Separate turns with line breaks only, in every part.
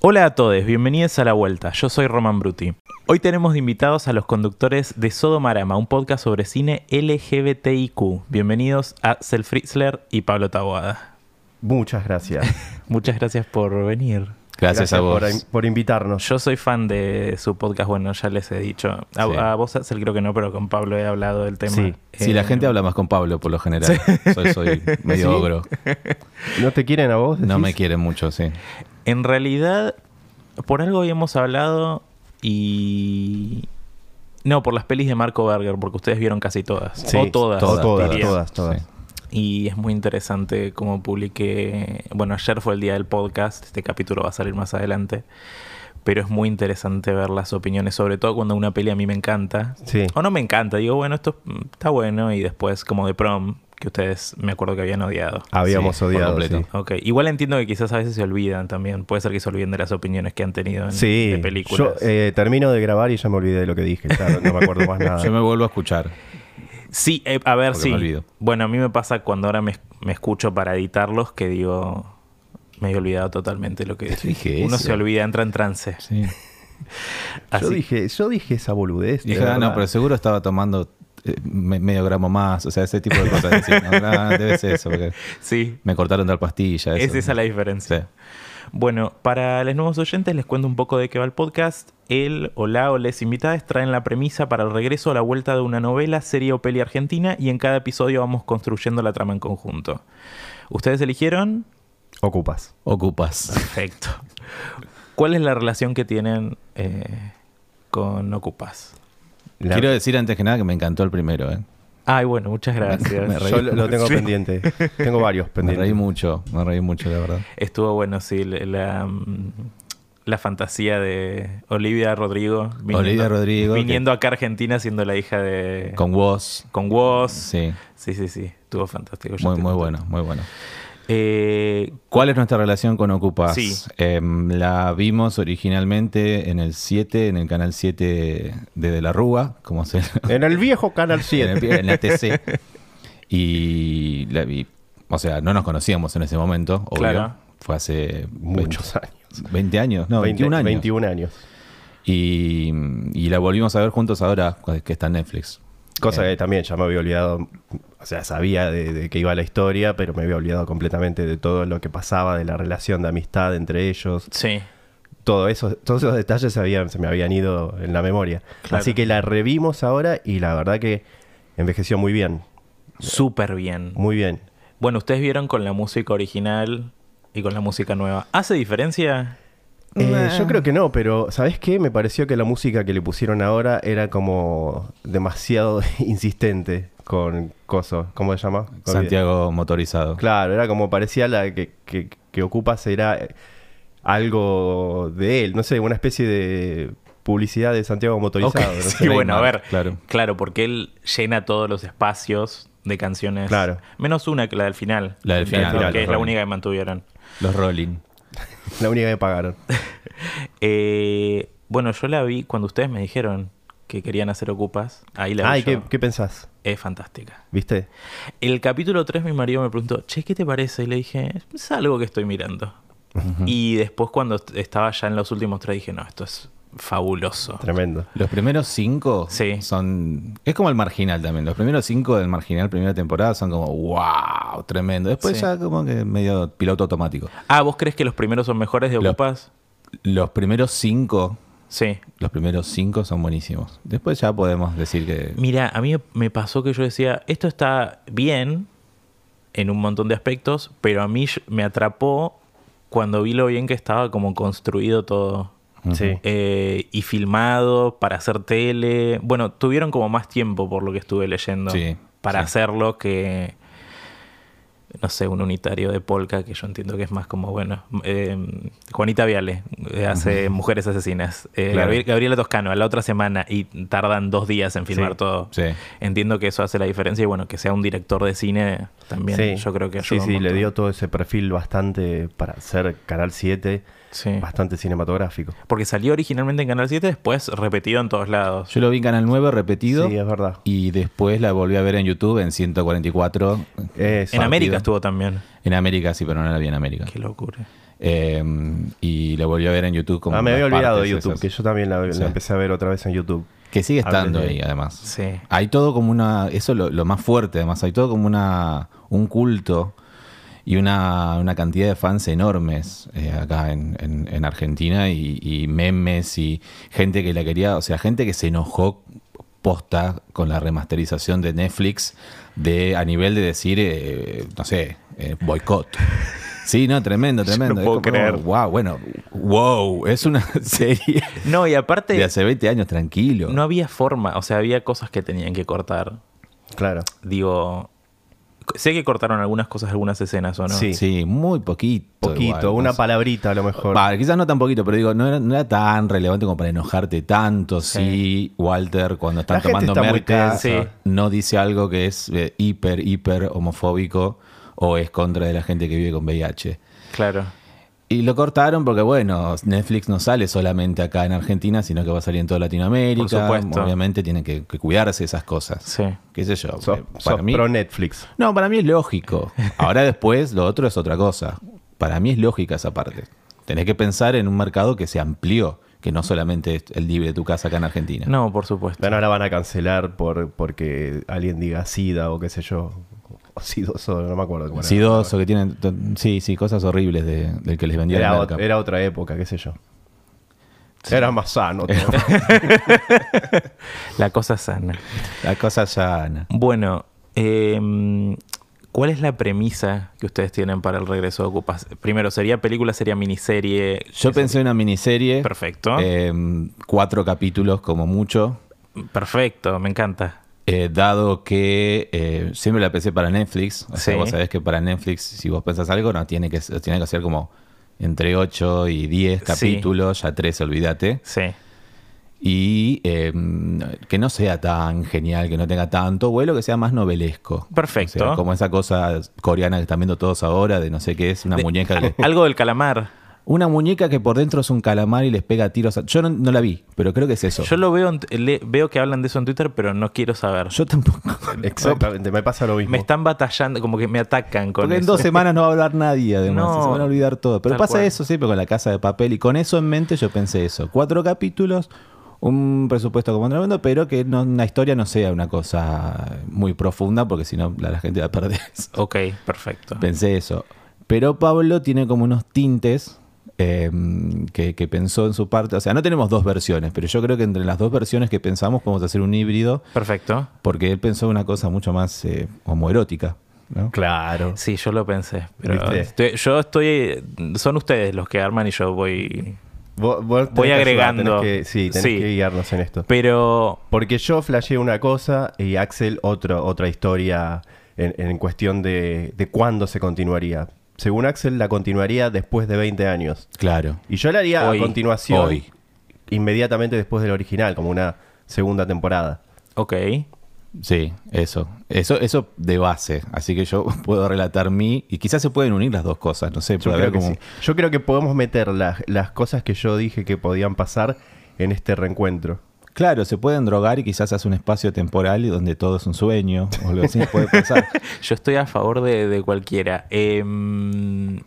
Hola a todos, bienvenidos a La Vuelta. Yo soy Roman Bruti. Hoy tenemos de invitados a los conductores de Sodomarama, un podcast sobre cine LGBTIQ. Bienvenidos a Selfritzler y Pablo Taboada.
Muchas gracias.
Muchas gracias por venir.
Gracias, a vos.
por, in- por invitarnos.
Yo soy fan de su podcast, bueno, ya les he dicho. A,
Sí.
a vos, Axel, creo que no, pero con Pablo he hablado del tema.
Sí.
Sí,
Eh,
la gente habla más con Pablo por lo general. Soy, soy medio
¿Sí?
ogro.
¿No te quieren a vos?
No
decís?
me quieren mucho, sí.
En realidad, por algo habíamos hablado y... No, por las pelis de Marco Berger, porque ustedes vieron casi todas.
Sí,
o todas.
o todas,
diría.
todas, todas.
Sí.
Y es muy interesante como publiqué. Bueno, ayer fue el día del podcast, este capítulo va a salir más adelante. Pero es muy interesante ver las opiniones, sobre todo cuando una peli a mí me encanta.
Sí.
O no me encanta, digo, bueno, esto mm, está bueno. Y después, como de prom, que ustedes me acuerdo que habían odiado.
Habíamos
Sí, por
odiado.
completo.
sí.
Ok, igual entiendo que quizás a veces se olvidan también. Puede ser que se olviden de las opiniones que han tenido en,
Sí,
de películas.
yo eh, termino de grabar y ya me olvidé de lo que dije. claro, no me acuerdo más nada.
Yo me vuelvo a escuchar.
Sí, eh, a ver,
Porque
sí.
me olvido.
Bueno, a mí me pasa cuando ahora me, me escucho para editarlos que digo, me he olvidado totalmente lo que
Yo dije
Uno
eso.
se olvida, entra en trance.
Sí.
Así.
Yo dije, yo dije esa boludez.
Y
de
dije, ah, no,
verdad".
pero seguro estaba tomando eh, me- medio gramo más. O sea, ese tipo de cosas. decía, no, no, debe ser eso. porque
Sí,
me cortaron tal pastilla. Eso.
es esa la diferencia.
Sí.
Bueno, para los nuevos oyentes les cuento un poco de qué va el podcast. Él o la o les invitadas traen la premisa para el regreso a la vuelta de una novela, serie o peli argentina y en cada episodio vamos construyendo la trama en conjunto. ¿Ustedes eligieron?
Ocupas.
Ocupas.
Perfecto. ¿Cuál es la relación que tienen eh, con Ocupas?
La-
Quiero decir antes que nada que me encantó el primero. ¿eh?
Ay, bueno, muchas gracias.
Me reí.
yo lo, lo tengo
Sí.
pendiente. Tengo varios
Me
pendientes.
reí mucho, me reí mucho, la verdad.
Estuvo bueno, sí, la, la, mm, la fantasía de Olivia Rodrigo.
Olivia Rodrigo,
Viniendo acá a Argentina siendo la hija de...
Con vos.
con Woz. Sí.
Sí,
sí, sí, Estuvo fantástico. Pues Yo
muy,
te-
muy bueno, muy bueno.
Eh,
¿Cuál es nuestra relación con Ocupas?
Sí.
Em, la vimos originalmente en el 7, en el canal 7 de De la Rúa, como se
En el viejo Canal
en,
7.
el- en la TC. Y, la, vi- o sea, no nos conocíamos en ese momento, obvio.
Claro.
Fue hace
Muchos
20,
años.
20 años, no,
20,
21 años.
21 años.
Y, y la volvimos a ver juntos ahora, que está en Netflix.
Cosa que también ya me había olvidado, o sea, sabía de, de que iba la historia, pero me había olvidado completamente de todo lo que pasaba, de la relación de amistad entre ellos.
sí.
Todo eso, todos esos detalles se, habían- se me habían ido en la memoria.
Claro.
Así que la revimos ahora y la verdad que envejeció muy bien,
Súper bien.
muy bien.
Bueno, ustedes vieron con la música original y con la música nueva. ¿Hace diferencia?
Eh,
Nah.
Yo creo que no, pero ¿sabes qué? Me pareció que la música que le pusieron ahora era como demasiado insistente con Coso, ¿cómo se llama? Con-
Santiago motorizado.
Claro, era como parecía la que, que, que Ocupas era eh, algo de él, no sé, una especie de publicidad de Santiago motorizado.
Ok,
no
sí,
sé.
Trademark,
bueno, a ver. Claro.
claro.
porque él llena todos los espacios de canciones.
Claro.
Menos una que la del final.
La del final,
que es la
claro.
única que mantuvieron.
Los Rolling.
La única que pagaron.
Eh, bueno, yo la vi cuando ustedes me dijeron que querían hacer Ocupas. Ahí la vi.
Ay, ¿qué,
yo.
qué pensás?
Es fantástica.
¿Viste?
El capítulo 3 mi marido me preguntó, che, ¿qué te parece? Y le dije, es algo que estoy mirando. Y después cuando est- estaba ya en los últimos tres dije, no, esto es fabuloso.
Tremendo.
Los primeros cinco
Sí.
son. Es como el marginal también. Los primeros cinco del marginal, primera temporada, son como wow, tremendo. Después
Sí.
ya como que medio piloto automático.
Ah, ¿vos crees que los primeros son mejores de
Lo-
Ocupas?
Los primeros cinco,
Sí.
los primeros cinco son buenísimos. Después ya podemos decir que.
Mira, a mí me pasó que yo decía, esto está bien en un montón de aspectos, pero a mí yo- me atrapó cuando vi lo bien que estaba como construido todo.
Sí.
Eh, y filmado para hacer tele. Bueno, tuvieron como más tiempo por lo que estuve leyendo
Sí,
para
sí.
hacerlo que, no sé, un unitario de Polka, que yo entiendo que es más como, bueno, eh, Juanita Viale eh, hace Mujeres Asesinas, Eh,
Claro.
Gabri- Gabriela Toscano a la otra semana y tardan dos días en filmar
Sí,
todo.
sí.
Entiendo que eso hace la diferencia y bueno, que sea un director de cine también,
Sí.
yo creo que
Sí,
ayuda un
sí, le
montón.
dio todo ese perfil bastante para ser Canal 7,
Sí.
bastante cinematográfico.
Porque salió originalmente en Canal 7, después repetido en todos lados.
Yo lo vi en Canal 9 repetido.
Sí, es verdad.
Y después la volví a ver en YouTube en 144.
Es-
En América estuvo también.
En América, sí, pero no la vi en América.
Qué locura.
Eh, y la volví a ver en YouTube como
Ah, me
las
había olvidado de
partes
YouTube,
esas.
que yo también la, la
Sí.
empecé a ver otra vez en YouTube.
Que sigue estando
Hablé de-
ahí, además.
Sí.
Hay todo como una. Eso es lo, lo más fuerte, además. Hay todo como una, un culto y una, una cantidad de fans enormes eh, acá en, en- en Argentina y, y memes y gente que la quería. O sea, gente que se enojó posta con la remasterización de Netflix de a nivel de decir, eh, no sé, eh, boicot. Sí, no, tremendo, tremendo.
no
Es
puedo creer.
Wow, bueno, wow, es una serie
No, y aparte,
de hace 20 años, tranquilo.
no había forma, o sea, había cosas que tenían que cortar.
Claro.
Digo, sé que cortaron algunas cosas, algunas escenas, ¿o no?
Sí.
Sí, muy poquito.
Poquito,
igual,
una
no sé.
palabrita a lo mejor.
Vale, quizás no tan poquito, pero digo, no era, no era tan relevante como para enojarte tanto si Walter, cuando están
La gente
tomando
está muy
merca,
tensa. Sí.
no dice algo que es eh, hiper, hiper homofóbico o es contra de la gente que vive con VIH.
Claro.
Y lo cortaron porque, bueno, Netflix no sale solamente acá en Argentina, sino que va a salir en toda Latinoamérica.
Por supuesto.
Obviamente tienen que, que cuidarse esas cosas.
Sí.
¿Qué sé yo?
sos,
eh,
sos pro Netflix.
no, para mí es lógico. Ahora después, lo otro es otra cosa. Para mí es lógica esa parte. Tenés que pensar en un mercado que se amplió, que no solamente es el libre de tu casa acá en Argentina.
No, por supuesto.
Bueno, ahora van a cancelar por porque alguien diga SIDA o qué sé yo. O SIDOSO, no me acuerdo. cuál era.
Sidoso, que tienen... to- Sí, sí, cosas horribles de- del que les vendía
Era,
la
ot-
marca.
era otra época, qué sé yo. Era más sano. todo.
La cosa sana.
La cosa sana.
Bueno, eh, ¿cuál es la premisa que ustedes tienen para el regreso de Ocupas? Primero, ¿sería película, sería miniserie?
Yo pensé en una miniserie.
Perfecto.
eh, cuatro capítulos como mucho.
Perfecto, me encanta.
Eh, dado que eh, siempre la pensé para Netflix, o sea,
Sí.
vos sabés que para Netflix, si vos pensás algo, no tiene que, tiene que ser como entre 8 y 10
Sí.
capítulos, ya 3, olvídate.
Sí.
Y eh, que no sea tan genial, que no tenga tanto vuelo, que sea más novelesco.
Perfecto.
O sea, como esa cosa coreana que están viendo todos ahora, de no sé qué es, una
De-
muñeca que-
Algo del calamar.
Una muñeca que por dentro es un calamar y les pega tiros. a- Yo no, no la vi, pero creo que es eso.
Yo lo veo, en- le- veo que hablan de eso en Twitter, pero no quiero saber.
Yo tampoco.
Exactamente, me pasa lo mismo.
Me están batallando, como que me atacan con
Porque en
eso.
dos semanas no va a hablar nadie, además.
No,
se van a olvidar todo. Pero
tal
pasa
cual.
eso siempre con la casa de papel. Y con eso en mente yo pensé eso. Cuatro capítulos, un presupuesto como tremendo, pero que no, una historia no sea una cosa muy profunda, porque si no la, la gente va a perder eso.
Ok, perfecto.
Pensé eso. Pero Pablo tiene como unos tintes eh, que, que pensó en su parte. O sea, no tenemos dos versiones, pero yo creo que entre las dos versiones que pensamos podemos hacer un híbrido,
Perfecto.
porque él pensó una cosa mucho más eh, homoerótica. ¿no?
Claro.
Sí, yo lo pensé. Pero
¿Viste?
estoy- yo estoy. Son ustedes los que arman y yo voy.
Vos- vos tenés
Voy
que ayudar,
agregando.
tenés que- sí, tenés
Sí.
que guiarnos en esto.
Pero.
Porque yo flasheé una cosa y Axel otra, otra historia en, en cuestión de, de cuándo se continuaría. Según Axel, la continuaría después de 20 años.
Claro.
Y yo la haría
Hoy,
a continuación
hoy.
inmediatamente después del original, como una segunda temporada.
Ok.
Sí, eso. Eso, eso de base. Así que yo puedo relatar mi. Y quizás se pueden unir las dos cosas, no sé,
Yo
puede haber
creo, que
como-
sí. Yo creo que podemos meter las, las cosas que yo dije que podían pasar en este reencuentro.
Claro, se pueden drogar y quizás hace un espacio temporal y donde todo es un sueño. O algo así puede pasar.
Yo estoy a favor de, de cualquiera. Em,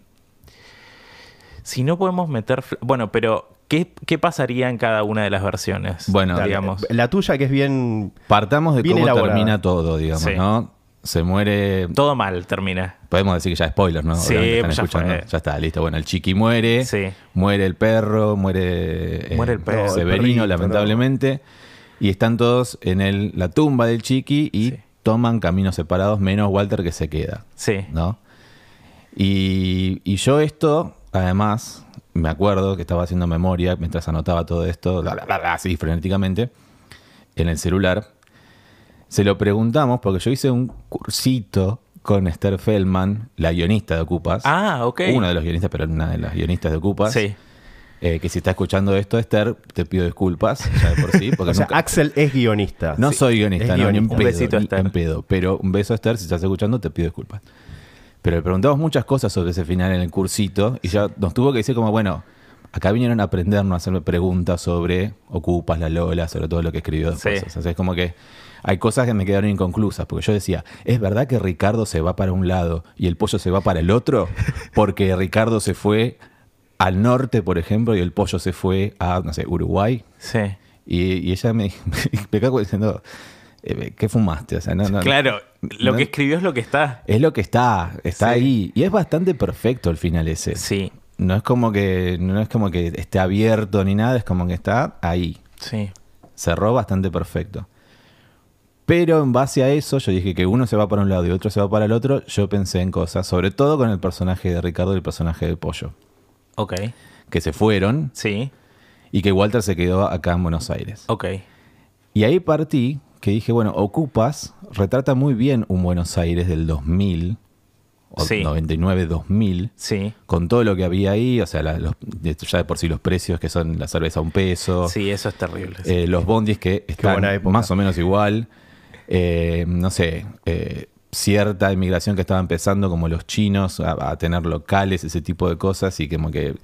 si no podemos meter. fl- Bueno, pero. ¿Qué, ¿Qué pasaría en cada una de las versiones?
Bueno,
Dale, eh,
digamos.
La tuya que es bien...
Partamos de
Bien
cómo
elaborada.
termina todo, digamos,
Sí.
¿no? Se muere.
Todo mal termina.
Podemos decir que ya spoilers, ¿no?
Sí,
Obviamente
ya fue.
Ya está, listo. Bueno, el chiqui muere.
Sí.
Muere el perro, muere. eh,
Muere el perro.
Severino,
No, el perrito,
lamentablemente. Y están todos en el- la tumba del chiqui y
Sí.
toman caminos separados, menos Walter que se queda,
Sí.
¿no? Y, y yo esto, además, me acuerdo que estaba haciendo memoria mientras anotaba todo esto, bla, bla, bla, bla, así frenéticamente, en el celular. Se lo preguntamos porque yo hice un cursito con Esther Feldman, la guionista de Ocupas.
Ah, ok.
Uno de los guionistas, pero una de las guionistas de Ocupas.
Sí.
Eh, que si está escuchando esto, Esther, te pido disculpas, ya de por sí, porque
O sea,
nunca-
Axel es guionista.
no
Sí.
soy guionista,
Es
no, ni
guionista.
en
Un
pedo,
besito a
ni
Esther.
en pedo, pero un beso a Esther, si estás escuchando, te pido disculpas. Pero le preguntamos muchas cosas sobre ese final en el cursito y ya nos tuvo que decir como, bueno, acá vinieron a aprendernos a hacerme preguntas sobre Ocupas, la Lola, sobre todo lo que escribió después.
Sí.
O sea, es como que hay cosas que me quedaron inconclusas, porque yo decía, ¿es verdad que Ricardo se va para un lado y el pollo se va para el otro? Porque Ricardo se fue al norte, por ejemplo, y el pollo se fue a, no sé, Uruguay.
Sí.
Y, y ella me, me cago diciendo, eh, ¿qué fumaste? O sea, no, no,
claro, lo
no-
que escribió es lo que está.
Es lo que está, está
Sí.
ahí. Y es bastante perfecto el final ese.
Sí,
No es como que no es como que esté abierto ni nada, es como que está ahí.
sí.
Cerró bastante perfecto. Pero en base a eso, yo dije que uno se va para un lado y otro se va para el otro. Yo pensé en cosas, sobre todo con el personaje de Ricardo y el personaje del pollo,
Ok.
que se fueron
Sí,
y que Walter se quedó acá en Buenos Aires.
ok.
Y ahí partí, que dije, bueno, Ocupas retrata muy bien un Buenos Aires del 2000, o
Sí.
99-2000,
Sí.
con todo lo que había ahí, o sea, la- los- de- ya de por sí los precios que son la cerveza a un peso,
Sí, eso es terrible. sí.
eh, los bondis que están
buena época.
más o menos igual, eh, no sé, eh, cierta inmigración que estaba empezando, como los chinos, a, a tener locales, ese tipo de cosas, y como que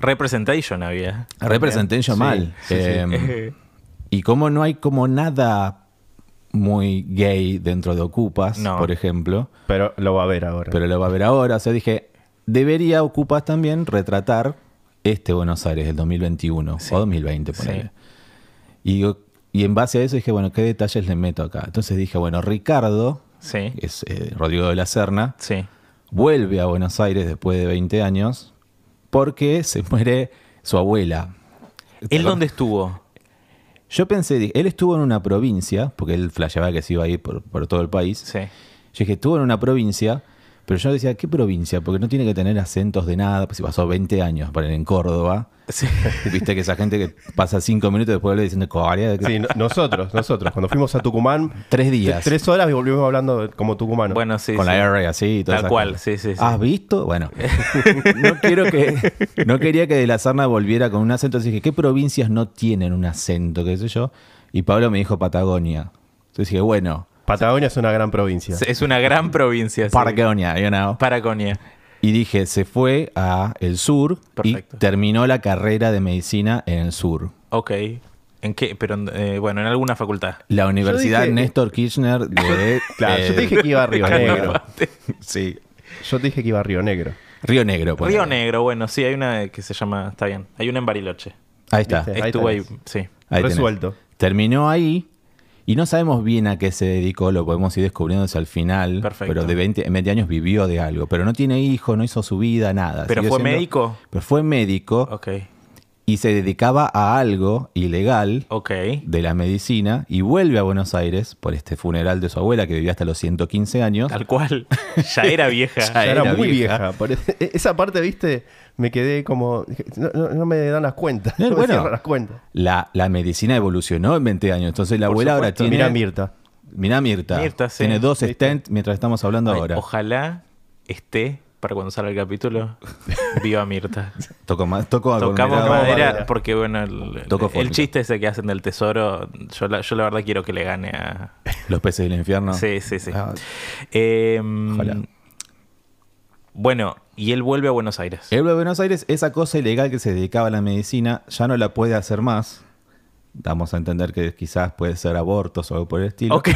Representation había.
Ah, representé yo
Sí,
mal.
sí, sí.
Em, y como no hay como nada muy gay dentro de Ocupas,
No.
por ejemplo,
Pero lo va a ver ahora.
pero lo va a ver ahora, o sea, dije, debería Ocupas también retratar este Buenos Aires del 2021
Sí.
o 2020,
Sí.
ponele. Y, digo- y en base a eso dije, bueno, ¿qué detalles le meto acá? Entonces dije, bueno, Ricardo,
Sí,
que es eh, Rodrigo de la Serna,
sí.
vuelve a Buenos Aires después de 20 años porque se muere su abuela. Este,
¿Él dónde estuvo?
Yo pensé, dije, él estuvo en una provincia, porque él flasheaba que se iba a ir por, por todo el país.
Sí.
Yo dije, estuvo en una provincia, pero yo decía, ¿qué provincia? Porque no tiene que tener acentos de nada, pues si pasó 20 años poner en Córdoba.
Sí.
Viste que esa gente que pasa 5 minutos después le diciendo, Corea, de-
Sí, no- nosotros, nosotros. Cuando fuimos a Tucumán,
tres días.
tres horas y volvimos hablando como tucumano.
Bueno, sí.
con
sí.
la R así y todas
Tal
esas
cual,
cosas. Ah,
sí, sí, sí.
¿Has visto? Bueno, no quiero que no quería que de la Sarna volviera con un acento, así que ¿qué provincias no tienen un acento, qué sé yo? Y Pablo me dijo Patagonia. Entonces dije, bueno,
Patagonia es una gran provincia.
Es una gran provincia. sí.
Patagonia, you know.
Paragonia.
Y dije, se fue a el sur
Perfecto.
y terminó la carrera de medicina en el sur.
Ok. ¿En qué? Pero, eh, bueno, en alguna facultad.
La Universidad
dije-
Néstor Kirchner de...
Claro, yo
eh,
te dije que iba a Río Negro.
sí.
Yo te dije que iba a Río Negro.
Río Negro. ponele.
Río Negro, bueno, sí, hay una que se llama, está bien, hay una en Bariloche.
Ahí está.
¿Viste? Ahí
Estuvo ahí,
tenés.
sí.
Ahí tenés.
Resuelto.
Terminó ahí y no sabemos bien a qué se dedicó, lo podemos ir descubriendo hacia el final.
Perfecto.
Pero de 20, en 20 años vivió de algo, pero no tiene hijos, no hizo su vida, nada.
¿Pero
Siguió
fue médico?
Pero fue médico
Ok,
y se dedicaba a algo ilegal
ok,
de la medicina y vuelve a Buenos Aires por este funeral de su abuela que vivió hasta los 115 años.
tal cual. Ya era vieja.
Ya
Ya era,
Ah, era
muy
vieja.
vieja. parece- e- Esa parte, viste, me quedé como. dije, No, no- no me dan las cuentas. No,
No,
me
Eh, bueno.
cierran las cuentas.
La, la medicina evolucionó en 20 años, entonces la
Por
abuela ahora
supuesto.
tiene...
Mira Mirta.
Mirá Mirta.
Mirta, sí.
Tiene dos
¿Viste?
stents mientras estamos hablando
Ay,
ahora.
Ojalá esté, para cuando salga el capítulo, viva Mirta.
Toco, ma- toco
Tocamos
aglomerado.
madera,
madera.
porque, bueno, el,
Toco
el
fórmica.
chiste ese que hacen del tesoro, yo la, yo la verdad quiero que le gane a...
Los peces del infierno.
Sí, sí, sí.
Ah,
Eh,
Ojalá.
Bueno, y él vuelve a Buenos Aires.
El de Buenos Aires, esa cosa ilegal que se dedicaba a la medicina, ya no la puede hacer más. Damos a entender que quizás puede ser abortos o algo por el estilo.
Ok,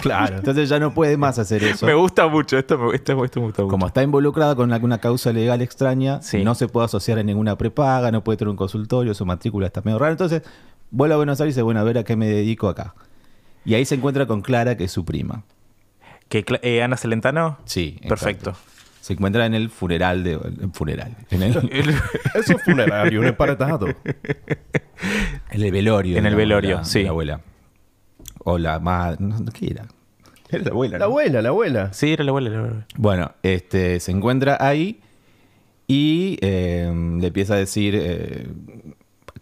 Claro.
Entonces ya no puede más hacer eso.
me gusta mucho, esto me, esto, esto me gusta mucho.
Como está involucrada con alguna causa legal extraña,
Sí.
no se puede asociar a ninguna prepaga, no puede tener un consultorio, su matrícula está medio rara. Entonces vuelve a Buenos Aires y dice, bueno, a ver a qué me dedico acá. Y ahí se encuentra con Clara, que es su prima.
Que, cla- eh, Ana Celentano.
Sí, exacto.
Perfecto.
Se encuentra en el funeral de... el funeral. En el,
Es un funerario, un empatado.
En el velorio.
En
de
el
la
velorio,
abuela-
sí.
de la abuela. O la madre. No, no, ¿Qué era? Era la abuela.
La abuela, la abuela.
Sí, era la abuela, la abuela.
Bueno, este, se encuentra ahí y eh, le empieza a decir, eh,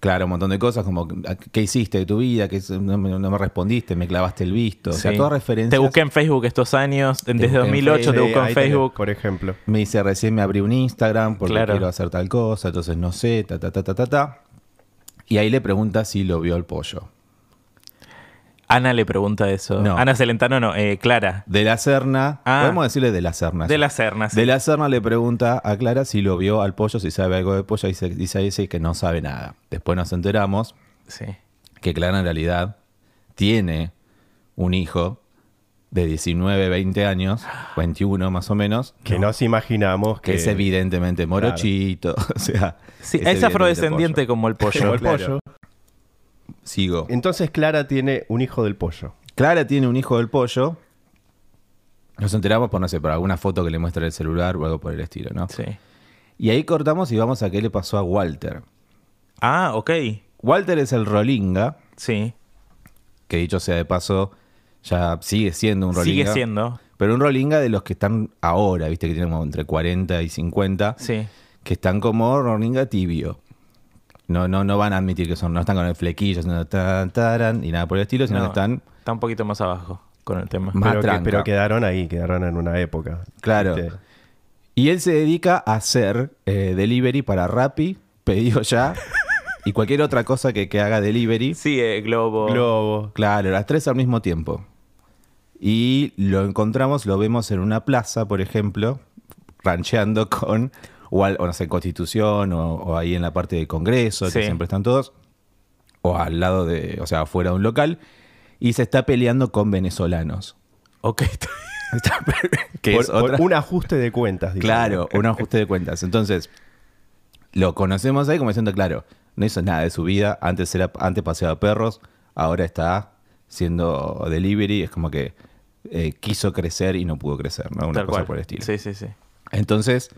claro, un montón de cosas como, "Ah, ¿qué hiciste de tu vida? ¿Qué, es- no, me, no me respondiste, me clavaste el visto. O sea,
Sí.
todas referencias.
Te busqué en Facebook estos años,
busqué
desde
en
2008 te
Facebook,
busqué
ahí
en
tenés,
Facebook.
por ejemplo.
Me dice, recién me abrí un Instagram porque
Claro.
quiero hacer tal cosa, entonces no sé, ta, ta, ta, ta, ta, ta. Y ahí le pregunta si lo vio el pollo.
Ana le pregunta eso.
No.
Ana Celentano no, eh, Clara.
De la Serna,
Ah.
podemos decirle de la Serna.
De
sí.
la Serna. sí.
De la Serna le pregunta a Clara si lo vio al pollo, si sabe algo de pollo, y se- dice, dice que no sabe nada. Después nos enteramos
Sí.
que Clara en realidad tiene un hijo de 19, 20 años, 21 más o menos,
Que nos imaginamos
que
que,
es evidentemente morochito. O sea,
Sí,
es
es,
evidentemente
afrodescendiente
pollo.
como el pollo.
Como el pollo.
Sigo.
Entonces Clara tiene un hijo del pollo.
Clara tiene un hijo del pollo. Nos enteramos por, no sé, por alguna foto que le muestra el celular o algo por el estilo, ¿no?
Sí.
Y ahí cortamos y vamos a qué le pasó a Walter.
Ah, ok.
Walter es el Rolinga,
Sí.
que dicho sea de paso, ya sigue siendo un Rolinga.
Sigue siendo.
Pero un Rolinga de los que están ahora, viste, que tienen como entre 40 y 50,
Sí.
que están como Rolinga tibio. No, no, no van a admitir que son, no están con el flequillo, haciendo tan, taran, y nada por el estilo, sino
No,
que están.
Está un poquito más abajo con el tema.
Más
Pero, que-
tranca.
pero quedaron ahí, quedaron en una época.
Claro.
Este,
Y él se dedica a hacer eh, delivery para Rappi, pedido ya, y cualquier otra cosa que, que haga delivery.
Sí, eh, globo.
Globo.
Claro, las tres al mismo tiempo. Y lo encontramos, lo vemos en una plaza, por ejemplo, rancheando con, o, al- o no sé, Constitución, o, o ahí en la parte de Congreso, que
Sí.
siempre están todos, o al lado de, o sea, afuera de un local, y se está peleando con venezolanos.
Ok.
Está pe- que
Por-
es
por
otra-
un ajuste de cuentas, digamos.
Claro, un ajuste de cuentas. Entonces, lo conocemos ahí como diciendo, claro, no hizo nada de su vida. Antes era, antes paseaba perros, ahora está siendo delivery. Es como que eh, quiso crecer y no pudo crecer, ¿no? Una
Tal
cosa
cual.
por el estilo.
Sí, sí, sí.
Entonces,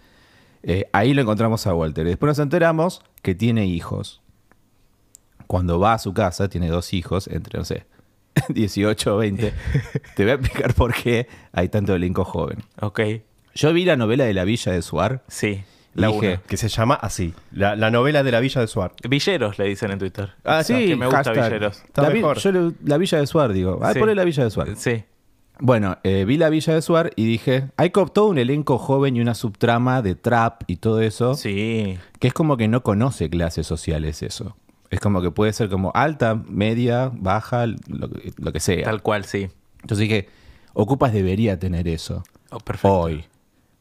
eh, ahí lo encontramos a Walter. Y Después nos enteramos que tiene hijos. Cuando va a su casa, tiene dos hijos, entre, no sé, 18 o 20. Te voy a explicar por qué hay tanto elenco joven.
Ok.
Yo vi la novela de La Villa de Suar.
Sí. La
Dije,
una.
Que se llama así. La, la novela de la Villa de Suar.
Villeros le dicen en Twitter.
Ah,
Exacto,
sí,
Que me gusta
hashtag.
Villeros.
Está
la, vi-
mejor.
yo le- la Villa de Suar, digo. Ah,
Sí.
poné la Villa de Suar.
Sí.
Bueno, eh, vi la Villa de Suar y dije, hay co- todo un elenco joven y una subtrama de trap y todo eso,
Sí.
que es como que no conoce clases sociales eso. Es como que puede ser como alta, media, baja, lo, que- lo que sea.
Tal cual, sí.
Entonces dije, Ocupas debería tener eso
Oh, perfecto.
hoy.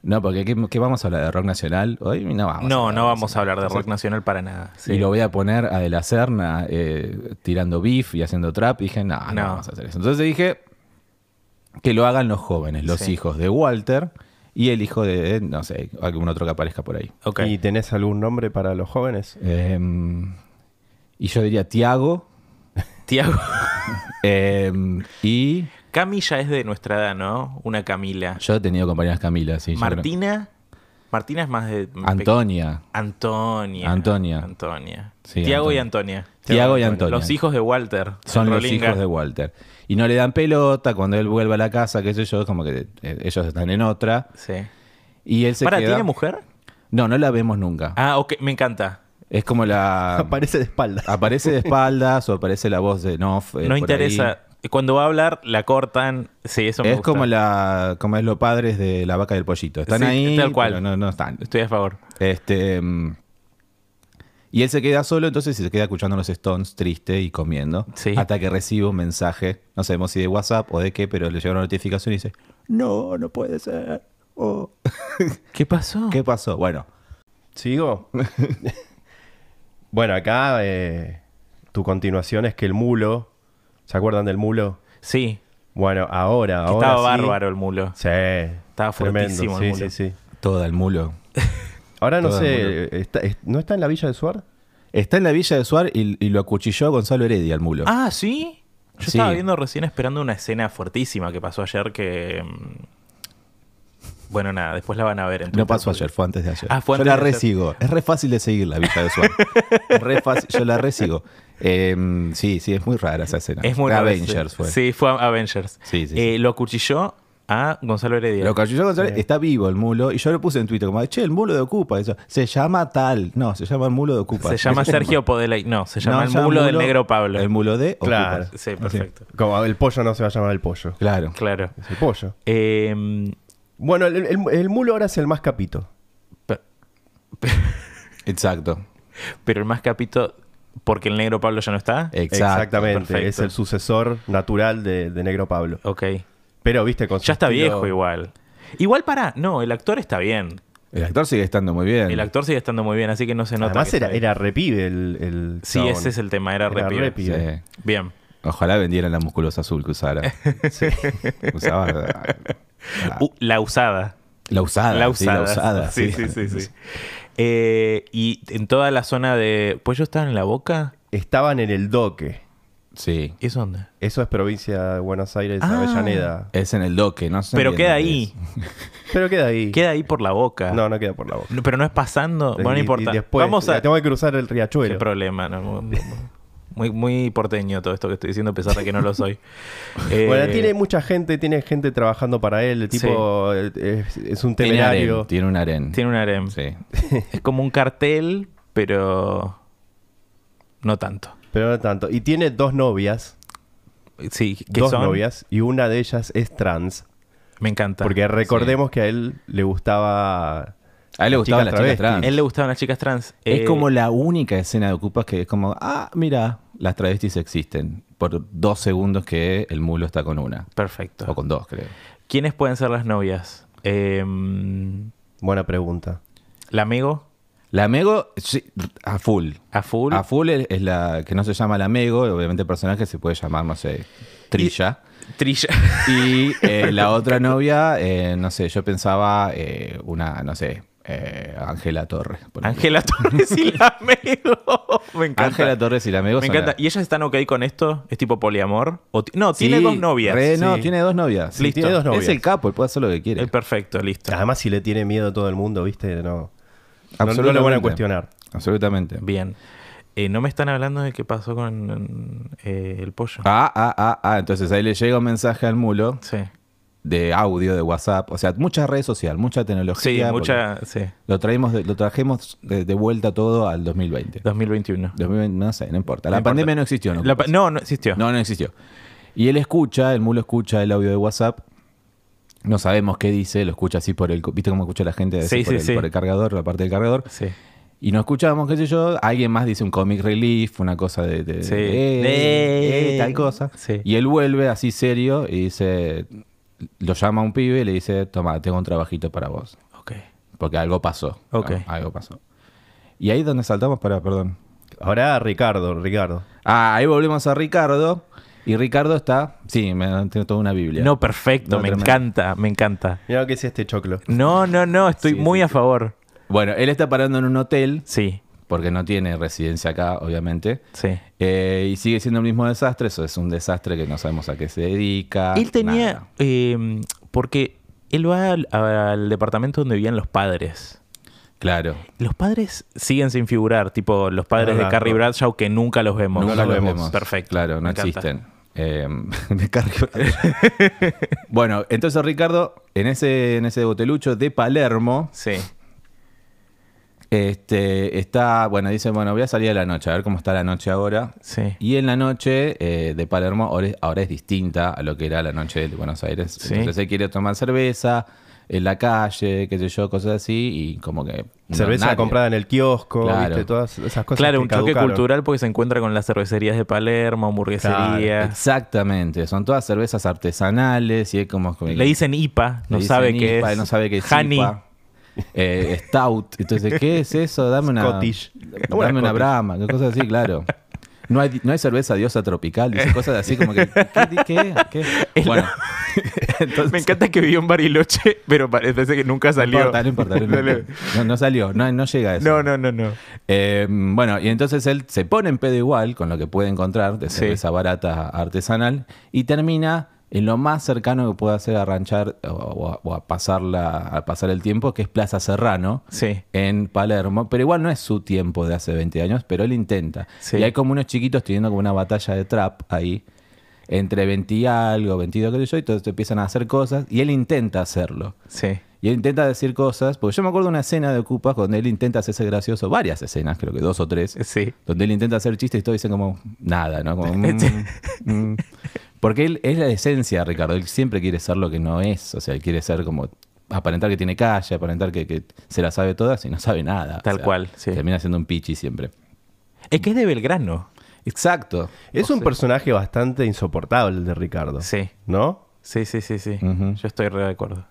No, porque ¿qué, qué vamos a hablar de rock nacional? Hoy no vamos. a
no,
hablar de
no
rock
vamos a hablar de
nacional.
rock nacional para nada. Sí.
Y lo voy a poner a De la Serna eh, tirando beef y haciendo trap. Y dije, no, no,
No.
vamos a hacer eso. Entonces dije que lo hagan los jóvenes, los
Sí.
hijos de Walter y el hijo de, no sé, algún otro que aparezca por ahí.
Ok.
¿Y tenés algún nombre para los jóvenes?
Em, y yo diría Tiago.
Tiago.
em, y
Camilla es de nuestra edad, ¿no? Una Camila.
yo he tenido compañeras Camila, sí. yo creo.
Martina. Martina es más de.
Antonia.
Antonia.
Antonia.
Antonia.
Sí,
Tiago y Antonia.
Tiago y Antonia.
Los hijos de Walter.
Son
el
los
Rolinga.
hijos de Walter. Y no le dan pelota cuando él vuelve a la casa, qué sé yo, como que eh, ellos están en otra.
Sí.
Y él se
Para,
queda-
¿tiene mujer?
No, no la vemos nunca.
Ah, ok, me encanta.
Es como la.
Aparece de espalda.
Aparece de espaldas o aparece la voz de Noff. eh,
no
por ahí.
interesa. Cuando va a hablar, la cortan. Sí, eso me
Es
gusta.
como la. como es los padres de la vaca del pollito. Están
Sí,
ahí.
tal cual.
pero No, no están.
Estoy a favor.
Este. mm, Y él se queda solo, entonces se queda escuchando los Stones triste y comiendo.
Sí.
Hasta que recibe un mensaje, no sabemos si de WhatsApp o de qué, pero le llega una notificación y dice: No, no puede ser. Oh,
¿Qué pasó?
¿Qué pasó? Bueno,
¿Sigo? bueno, acá eh, tu continuación es que el mulo. ¿Se acuerdan del mulo?
Sí,
Bueno, ahora,
que
ahora.
estaba
sí.
bárbaro el mulo.
Sí. Estaba
fuertísimo el
sí,
mulo.
Sí, sí.
todo al mulo.
Ahora no
Todo el mulo.
sé, está- es- ¿no está en la Villa de Suar?
Está en la villa de Suar y, y lo acuchilló Gonzalo Heredia al mulo.
Ah, sí. Yo
Sí.
estaba viendo recién esperando una escena fuertísima que pasó ayer que. mm, Bueno, nada, después la van a ver. en
No
Twitter,
pasó
porque-
ayer, fue antes de ayer.
Ah, fue antes
yo
de
la
ayer.
resigo. Es re fácil de seguir la Villa de Suárez. Es re fácil, yo la resigo. Eh, sí, sí, es muy rara esa escena.
Es muy raro,
Avengers
sí.
fue.
Sí, fue a- Avengers.
Sí, sí, sí.
Eh, Lo acuchilló a Gonzalo Heredia.
Lo que ayudó a González, está vivo el mulo. Y yo lo puse en Twitter como, che, el mulo de Ocupa. Eso, se llama tal. No, se llama el mulo de Ocupa.
Se llama Sergio Podelay. No, se llama
No,
el mulo del negro Pablo.
El mulo de Ocupa. Ah,
Claro.
Sí, perfecto.
Como el pollo no se va a llamar el pollo.
Claro.
Claro.
Es el pollo.
Eh,
Bueno, el, el- el mulo ahora es el más capito.
Exacto.
pero el más capito, porque el negro Pablo ya no está.
Exacto.
Exactamente.
perfecto.
Es el sucesor natural de, de Negro Pablo.
Ok.
Pero, viste, con su
Ya está
estilo-
viejo igual. Igual para, no, el actor está bien.
El actor sigue estando muy bien.
El actor sigue estando muy bien, así que no se nota.
Además
que
era,
está bien.
era repibe el, el
Sí,
chabón.
ese es el tema, era, re
Era
pibe.
re pibe.
Sí.
Bien.
Ojalá vendieran la musculosa azul que usara. Sí. Usaba ah, la, la-
Uh, la usada.
la usada.
La
sí,
usada.
sí.
Sí, sí, sí. sí. Eh, y en toda la zona de. ¿Pollo estaba en la boca?
Estaban en el doque.
Sí.
¿Y eso dónde?
Eso es provincia de Buenos Aires,
Ah.
Avellaneda.
Es en el doque, no sé.
Pero
bien
queda
dónde
ahí.
es.
Pero queda ahí.
Queda ahí por la boca.
No, no queda por la boca.
No, Pero no es pasando. Bueno, no
Y- y
importa.
después
Vamos a.
Tengo que cruzar el riachuelo.
Qué problema, ¿no? Mu- mu- Muy, muy porteño todo esto que estoy diciendo, a pesar de que no lo soy. Eh,
Bueno, tiene mucha gente, tiene gente trabajando para él. El tipo eh, es, es un
Tiene harén.
temerario.
Tiene un harén.
tiene un harem.
Sí.
Es como un cartel, pero. No tanto.
Pero no tanto. Y tiene dos novias.
Sí, que
Dos
son.
novias. Y una de ellas es trans.
Me encanta.
Porque recordemos que a él le gustaba.
A él
Las
le gustaban
chicas
las chicas
travestis.
trans.
a él le gustaban las chicas trans. Eh,
Es como la única escena de Ocupas que es como, ah, mira, las travestis existen. Por dos segundos que el mulo está con una.
Perfecto.
O con dos, creo.
¿Quiénes pueden ser las novias? Em,
Buena pregunta.
¿La Mego?
La Mego, sí, a full.
¿A full?
A full es, es la que no se llama la Mego, obviamente el personaje se puede llamar, no sé, Trilla.
Trilla.
Y eh, la otra novia, eh, no sé, yo pensaba eh, una, no sé, eh, Ángela Torres. por ejemplo.
Ángela Torres y la Mego. Me encanta.
Ángela Torres y la Mego
Me
son
encanta.
la-
¿Y ellas están ok con esto? ¿Es tipo poliamor? O ti- no, tiene
Sí,
dos novias.
re, no,
sí.
tiene dos novias.
Sí, Listo. tiene dos novias.
Es el capo, él puede hacer lo que quiere.
Eh, Perfecto, listo.
Ah.
Además, si le tiene miedo a todo el mundo, ¿viste? No, no, no le van a cuestionar.
Absolutamente.
Bien. Eh, no me están hablando de qué pasó con eh, el pollo.
Ah, ah, ah, ah. Entonces ahí le llega un mensaje al mulo
Sí.
de audio, de WhatsApp. O sea, mucha red social, mucha
Sí,
tecnología. porque
mucha. Sí.
Lo, traímos de- lo trajimos de, de vuelta todo al 2020.
2021.
2020, No sé, no importa. La
No importa.
pandemia no existió. No,
La pa- no, no existió.
No, no existió. Y él escucha, el mulo escucha el audio de WhatsApp. No sabemos qué dice, lo escucha así por el... co- ¿Viste cómo escucha la gente? Así
Sí,
por,
sí,
el,
sí.
por el cargador, la parte del cargador.
Sí.
Y no escuchamos, qué sé yo. Alguien más dice un comic relief, una cosa de... de-
Sí.
eh,
De-
eh, tal cosa.
Sí.
Y él vuelve así serio y dice... Lo llama a un pibe y le dice, toma, tengo un trabajito para vos.
Ok.
Porque algo pasó.
Ok.
Ah, Algo pasó. Y ahí es donde saltamos para, perdón.
Ahora Ricardo, Ricardo.
Ah, ahí volvemos a Ricardo. Y Ricardo está. Sí, me tengo toda una Biblia.
No, perfecto.
No,
me
tremendo.
encanta, me encanta.
Mira lo que es este choclo.
No, no, no, estoy
Sí,
muy
sí,
a favor.
Bueno, él está parando en un hotel,
Sí,
porque no tiene residencia acá, obviamente.
sí.
Eh, y sigue siendo el mismo desastre. Eso es un desastre que no sabemos a qué se dedica.
él tenía.
Ah, nada.
eh, porque él va al, al departamento donde vivían los padres.
Claro.
Los padres siguen sin figurar, tipo los padres de
Verdad,
Carrie
no.
Bradshaw que nunca los vemos.
Nunca
lo
los
vemos.
vemos.
Perfecto.
Claro, no
Me encanta.
existen. Eh, de Carrie Bradshaw. bueno, entonces Ricardo, en ese, en ese botelucho de Palermo,
Sí.
Este, está, bueno, dice, bueno, voy a salir a la noche, a ver cómo está la noche ahora.
Sí.
Y en la noche eh, de Palermo ahora es, ahora es distinta a lo que era la noche de Buenos Aires.
Sí.
Entonces él quiere tomar cerveza en la calle, qué sé yo, cosas así, y como que... no,
Cerveza
nadie.
comprada en el kiosco,
Claro.
¿viste? Todas esas cosas.
Claro,
que
un choque
caducaron.
cultural porque se encuentra con las cervecerías de Palermo, hamburgueserías.
Exactamente, son todas cervezas artesanales y es como...
Le dicen IPA,
Le
no
dicen
sabe qué
IPA,
es.
No sabe qué es
Honey.
IPA. Eh, stout. Entonces, ¿qué es eso? Dame una.
Scottish. Una
Dame una
Scottish.
brahma, qué cosas así, claro. No hay, no hay cerveza diosa tropical, dice cosas así como que. ¿Qué? qué, qué?
Es la-
Bueno, entonces-
Me encanta que vivió en Bariloche, pero parece que nunca
no
salió.
importa, no importa. No, importa. No, no salió, no, no llega a eso.
No, no, no, no.
Eh, bueno, y entonces él se pone en pedo igual con lo que puede encontrar de
Sí.
cerveza barata artesanal y termina en lo más cercano que puede hacer a ranchar o, o a, o a pasarla, a pasar el tiempo, que es Plaza Serrano
Sí.
en Palermo, pero igual no es su tiempo de hace 20 años, pero él intenta.
Sí.
Y hay como unos chiquitos teniendo como una batalla de trap ahí, entre 20 y algo, 22, qué sé yo, y todos empiezan a hacer cosas, y él intenta hacerlo.
Sí.
Y él intenta decir cosas, porque yo me acuerdo de una escena de Ocupas donde él intenta hacerse gracioso, varias escenas, creo que dos o tres,
Sí.
donde él intenta hacer chistes y todos dicen como nada, ¿no? Como, mm, mm. Porque él es la esencia, Ricardo, él siempre quiere ser lo que no es, o sea, él quiere ser como aparentar que tiene calle, aparentar que, que se la sabe todas y no sabe nada. o
Tal
sea,
cual, sí.
Termina siendo un pichi siempre.
Es que es de Belgrano.
Exacto.
Es un personaje bastante insoportable el de Ricardo.
Sí.
¿No?
Sí, sí, sí, sí.
Ujú.
Yo estoy re de acuerdo.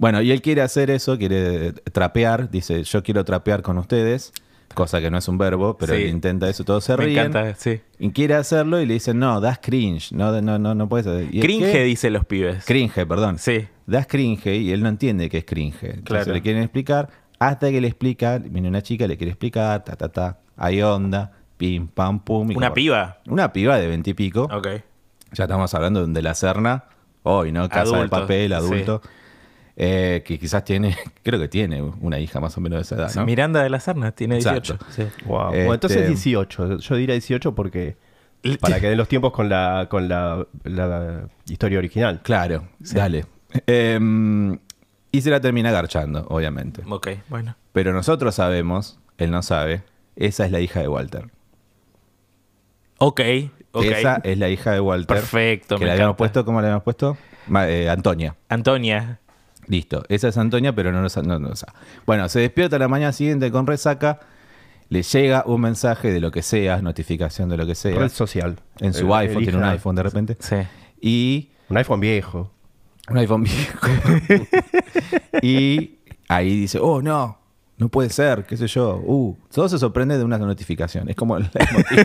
Bueno, y él quiere hacer eso, quiere trapear, dice, yo quiero trapear con ustedes. cosa que no es un verbo, pero
Sí.
él intenta eso, todos se
Me
ríen.
encanta, sí.
Y quiere hacerlo y le dicen, no, das cringe, no, no, no, no puedes hacer. Y es
Cringe,
que-
dicen los pibes.
Cringe, perdón.
Sí.
Das cringe y él no entiende que es cringe. Entonces
Claro.
le quieren explicar, hasta que le explica, viene una chica, le quiere explicar, ta, ta, ta, hay onda, pim, pam, pum. y
Una
como-
piba.
Una piba de veintipico.
Ok.
Ya estamos hablando de la Serna, hoy, ¿no? Casa de
Adulto,
papel,
sí.
adulto. eh, que quizás tiene, creo que tiene una hija más o menos de esa edad, Ah, ¿no?
Miranda de la Sarna tiene 18.
Exacto.
Sí.
Wow.
Este-
Bueno, entonces 18. Yo diría 18 porque. Para que den los tiempos con la, con la, la historia original.
Claro, dale. Em, y se la termina garchando, obviamente.
Ok, bueno.
Pero nosotros sabemos, él no sabe, esa es la hija de Walter.
Ok, ok.
Esa es la hija de Walter.
Perfecto,
Que
me
le habíamos
encanta.
puesto, ¿cómo le habíamos puesto? Ma- eh, Antonia.
Antonia.
Listo, esa es Antonia, pero no lo sabe. Bueno, se despierta la mañana siguiente con resaca, le llega un mensaje de lo que sea, notificación de lo que sea.
Red social.
ah. En su
El-
iPhone, tiene un
elija
iPhone de repente.
Sí.
Y
Un iPhone viejo.
Un iPhone viejo. y ahí dice, oh, no, no puede ser, qué sé yo. Uh, todo se sorprende de una notificación. Es como el emotivo.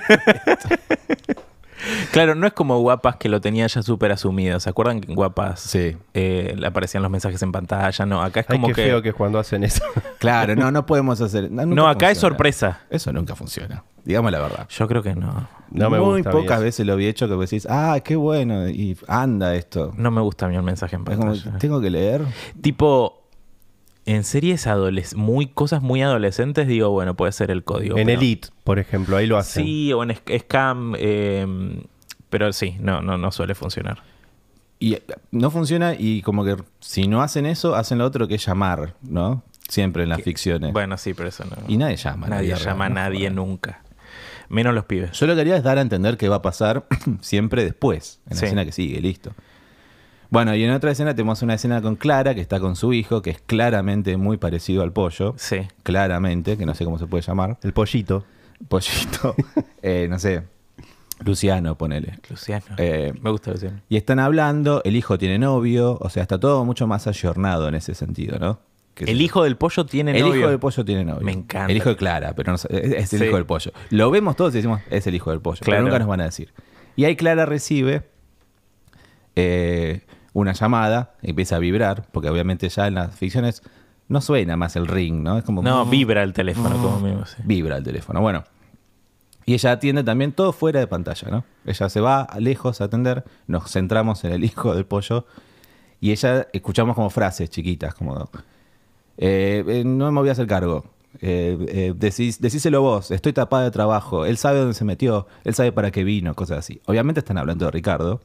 Claro, no es como Guapas que lo tenía ya súper asumido. ¿Se acuerdan que en Guapas
Sí.
eh, le aparecían los mensajes en pantalla? No, acá es
Ay,
como
qué
que...
feo que es cuando hacen eso.
Claro, no, no podemos hacer. nunca
No, acá es
funciona.
sorpresa.
Eso nunca funciona. Digamos la verdad.
Yo creo que no.
No me
Muy
gusta a mí
pocas
eso.
veces lo había hecho que vos decís, ah, qué bueno, y anda esto.
No me gusta a mí el mensaje en
Es como,
pantalla.
tengo que leer.
Tipo, en series adoles muy cosas muy adolescentes, digo, bueno, puede ser el código.
En
pero-
Elite, por ejemplo, ahí lo hacen.
Sí, o en Sc- Scam. eh, pero sí, no, no, no suele funcionar.
Y eh, no funciona, y como que si no hacen eso, hacen lo otro que es llamar, ¿no? Siempre en las ficciones.
Bueno, sí, pero eso no.
Y nadie llama.
Nadie
arregla,
llama a
¿no?
nadie nunca. Menos los pibes.
Yo lo que haría es dar a entender que va a pasar siempre después, en la
Sí.
escena que sigue, listo. Bueno, y en otra escena tenemos una escena con Clara, que está con su hijo, que es claramente muy parecido al pollo.
Sí.
Claramente, que no sé cómo se puede llamar.
El pollito.
Pollito. eh, no sé. Luciano, ponele.
Luciano.
Eh,
Me gusta Luciano.
Y están hablando, el hijo tiene novio, o sea, está todo mucho más ayornado en ese sentido, ¿no? Que
El hijo del pollo tiene
el
novio.
hijo del pollo tiene novio.
Me encanta.
El hijo de Clara, pero no, sé- es es el
Sí.
hijo del pollo. Lo vemos todos y decimos, es el hijo del pollo.
Claro.
Pero nunca nos van a decir. Y ahí Clara recibe eh, una llamada, empieza a vibrar, porque obviamente ya en las ficciones no suena más el ring, ¿no? Es como.
No, vibra el teléfono como mismo. sí.
Vibra el teléfono. Bueno. Y ella atiende también todo fuera de pantalla, ¿no? Ella se va a lejos a atender, nos centramos en el hijo del pollo y ella escuchamos como frases chiquitas, como eh, eh, no me voy a hacer cargo. Eh, eh, decís- decíselo vos, estoy tapada de trabajo, él sabe dónde se metió, él sabe para qué vino, cosas así. Obviamente están hablando de Ricardo,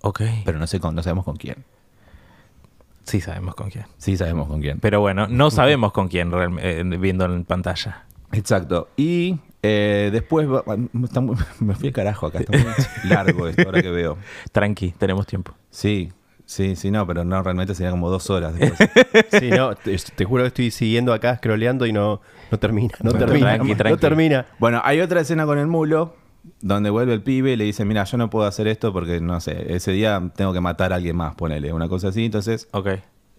Ok.
pero no, sé con- no sabemos con quién.
Sí sabemos con quién.
Sí sabemos con quién.
Pero bueno, no sabemos con quién realme- eh, viendo en pantalla.
Exacto. Y eh, después... va- está muy- me fui al carajo acá, está muy largo esto ahora que veo.
Tranqui, tenemos tiempo.
Sí, sí, sí, no, pero no, realmente sería como dos horas después.
Sí, no, te, te juro que estoy siguiendo acá, scrolleando y no, no termina. No
Tranqui,
termina.
tranqui,
No
tranqui.
termina.
bueno, hay otra escena con el mulo, donde vuelve el pibe y le dice, mira, yo no puedo hacer esto porque, no sé, ese día tengo que matar a alguien más, ponele, una cosa así, entonces
Ok.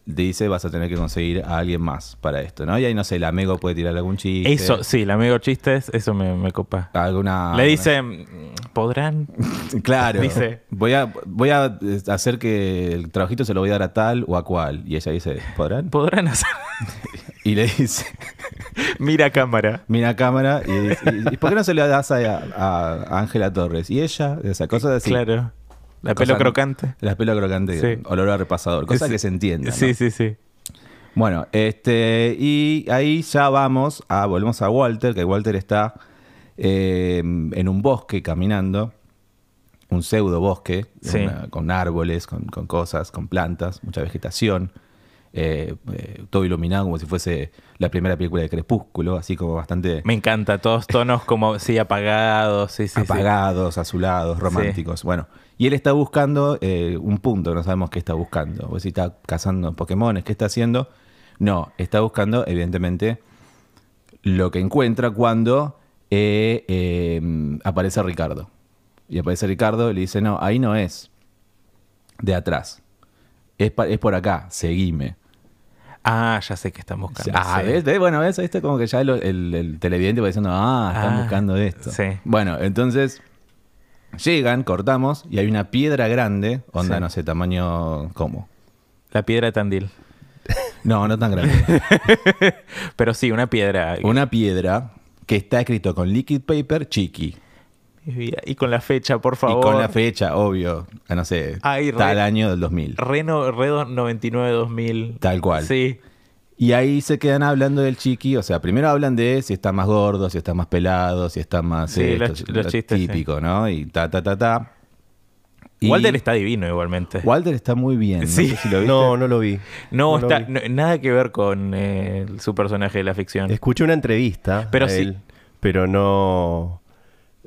dice, vas a tener que conseguir a alguien más para esto, ¿no? Y ahí, no sé, el amigo puede tirar algún chiste.
Eso, sí, el amigo chistes, eso me, me copa.
Alguna...
Le dice, mm, ¿podrán?
Claro.
Dice-
Voy a, voy a eh, hacer que el trabajito se lo voy a dar a tal o a cual. Y ella dice, ¿podrán?
¿Podrán hacer?
Y le dice,
Mira cámara.
mira a cámara y, y- y ¿por qué no se lo das a- a a Ángela Torres? Y ella, o sea, cosas así.
Claro. La
Cosa-
pelo crocante.
Las pelo crocante,
Sí.
olor a repasador, cosa
Sí.
que se entiende.
Sí, sí, sí.
Bueno, este, y ahí ya vamos a, volvemos a Walter, que Walter está eh, en un bosque caminando, un pseudo bosque,
Sí.
una- con árboles, con, con cosas, con plantas, mucha vegetación, eh, eh, todo iluminado como si fuese la primera película de Crepúsculo, así como bastante...
Me encanta, todos tonos como, sí, apagados, sí, sí. sí.
apagados, azulados, románticos. Bueno, y él está buscando eh, un punto, no sabemos qué está buscando. O si está cazando Pokémones, ¿qué está haciendo? No, está buscando, evidentemente, lo que encuentra cuando eh, eh, aparece Ricardo. Y aparece Ricardo y le dice, no, ahí no es, de atrás. Es, pa- es por acá, seguime.
Ah, ya sé que están buscando.
Ah,
sí.
¿ves? ¿Ves? Bueno, ¿ves? Ahí está como que ya el, el- el televidente va diciendo, ah, están
Ah,
buscando esto.
sí.
Bueno, entonces llegan, cortamos y hay una piedra grande, onda,
Sí.
no sé, tamaño ¿cómo?
La piedra de Tandil.
No, no tan grande.
Pero sí, una piedra.
una piedra que está escrito con liquid paper chiqui.
Y con la fecha, por
Y
favor.
con la fecha, obvio, no sé,
Ay, re-
tal año del 2000.
Reno, Redo 99-2000.
Tal cual.
Sí.
Y ahí se quedan hablando del chiqui. O sea, primero hablan de si está más gordo, si está más pelado, si está más.
Sí,
esto,
los-
si-
los
lo
chistes,
Típico, ¿no? Y ta, ta, ta, ta. Y-
Walter está divino igualmente.
Walter está muy bien. No
Sí.
sé si lo viste.
No, no lo vi.
no,
lo
está
vi.
no- nada que ver con eh, el- su personaje de la ficción.
Escuché una entrevista
Pero
a
sí.
él, pero no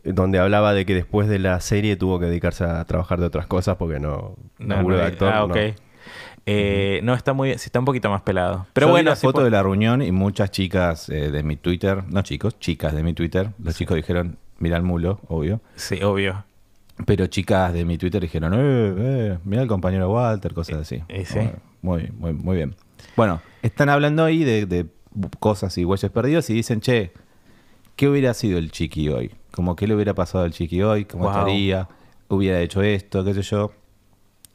donde hablaba de que después de la serie tuvo que dedicarse a trabajar de otras cosas porque no
No,
laburo
no,
de actor.
ah,
no.
ok. Eh, no, está muy bien. Sí, está un poquito más pelado. Pero
Yo vi
bueno,
la
sí pues,
foto
fue-
de la reunión y muchas chicas eh, de mi Twitter, no chicos, chicas de mi Twitter, los chicos dijeron, mira el mulo, obvio,
sí, obvio.
pero chicas de mi Twitter dijeron, eh, eh, mira el compañero Walter, cosas así.
eh, sí.
Bueno, Muy, muy, muy bien. Bueno, están hablando ahí de, de cosas y huellas perdidos y dicen, che, ¿qué hubiera sido el chiqui hoy? Como, ¿qué le hubiera pasado al chiqui hoy? ¿Cómo
Wow.
estaría? ¿Hubiera hecho esto? ¿Qué sé yo?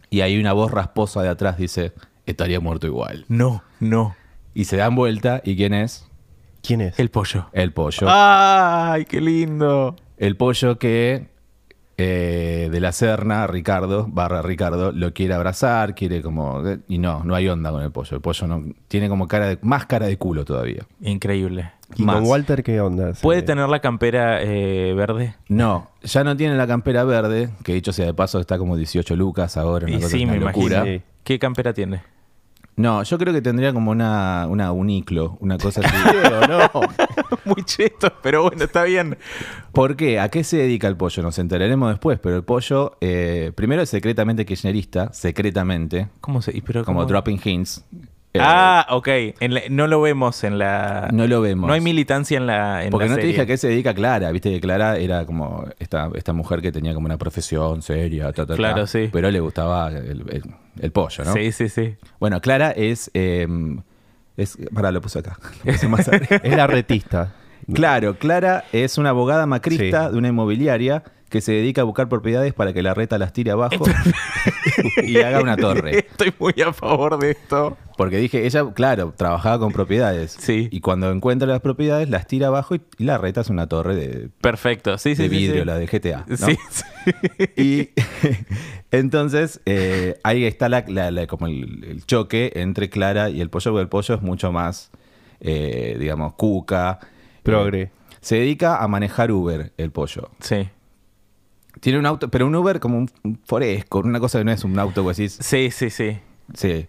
Y hay una voz rasposa de atrás dice, estaría muerto igual.
No, no.
Y se dan vuelta, ¿y quién es?
¿Quién es?
El pollo.
El pollo.
Ah. ¡Ay, qué lindo!
El pollo que eh, de la Serna, Ricardo, barra Ricardo, lo quiere abrazar, quiere como. eh, Y no, no hay onda con el pollo. El pollo no, tiene como cara de, más cara de culo todavía.
Increíble.
¿Y
más.
con Walter qué onda?
¿Puede
Se-
tener la campera eh, verde?
No, ya no tiene la campera verde, que dicho sea de paso está como 18 lucas ahora, una,
Y
cosa,
sí,
una
me
locura.
imagino. ¿Qué campera tiene?
No, yo creo que tendría como una, una uniclo, una cosa así.
Diego, no.
Muy cheto, pero bueno, está bien.
¿Por qué? ¿A qué se dedica el pollo? Nos enteraremos después, pero el pollo, eh, primero es secretamente kirchnerista, secretamente,
¿Cómo se.? y Pero
como
cómo-
dropping hints. Eh,
ah, ok. En la- no lo vemos en la.
No lo vemos.
Ah, No hay militancia en la. En
Porque
la
no te
serie.
dije a qué se dedica Clara, viste que Clara era como esta, esta mujer que tenía como una profesión seria, ta, ta, ta.
Claro, sí.
pero le gustaba el, el- el pollo, ¿no?
Sí, sí, sí.
Bueno, Clara es, eh, es... Pará, lo puse acá. Lo puse más arriba.
Es la retista.
claro, Clara es una abogada macrista
Sí.
de una inmobiliaria que se dedica a buscar propiedades para que la reta las tire abajo y haga una torre.
Estoy muy a favor de esto.
Porque dije, ella, claro, trabajaba con propiedades.
Sí.
Y cuando encuentra las propiedades, las tira abajo y, y la reta es una torre de,
Perfecto. Sí, sí.
de
sí,
vidrio,
sí.
la de GTA. ¿no?
Sí, sí.
Y entonces eh, ahí está la, la- la- como el, el choque entre Clara y el pollo, porque el pollo es mucho más, eh, digamos, cuca. Eh,
Progre.
Se dedica a manejar Uber, el pollo.
Sí.
Tiene un auto, pero un Uber como un, un foresco, una cosa que no es un auto, pues decís,
Sí, sí, sí.
Sí.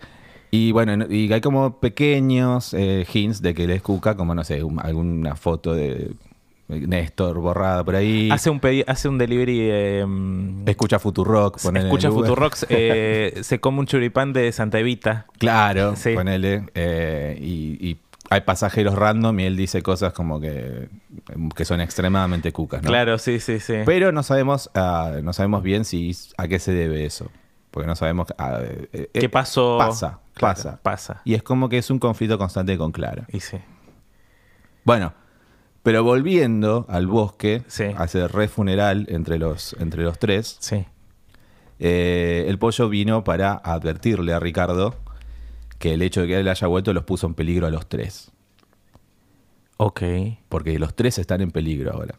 Y bueno, no- y hay como pequeños eh, hints de que él es cuca, como no sé, un- alguna foto de Néstor borrada por ahí.
Hace un pedi- hace un delivery de. mm,
Escucha Futurock. ponele en
escucha
el Uber.
Futurox, eh, se come un churipán de Santa Evita.
Claro,
Sí.
ponele. eh, y, y hay pasajeros random y él dice cosas como que, que son extremadamente cucas, ¿no?
Claro, sí, sí, sí.
Pero no sabemos, ah, no sabemos bien si a qué se debe eso. Porque no sabemos ah, eh, eh,
¿Qué pasó?
Pasa,
Claro,
pasa.
Pasa.
Y es como que es un conflicto constante con Clara.
Y sí.
Bueno, pero volviendo al bosque,
Sí.
hace re funeral entre los, entre los tres.
Sí.
Eh, el pollo vino para advertirle a Ricardo que el hecho de que él haya vuelto los puso en peligro a los tres.
Ok.
Porque los tres están en peligro ahora.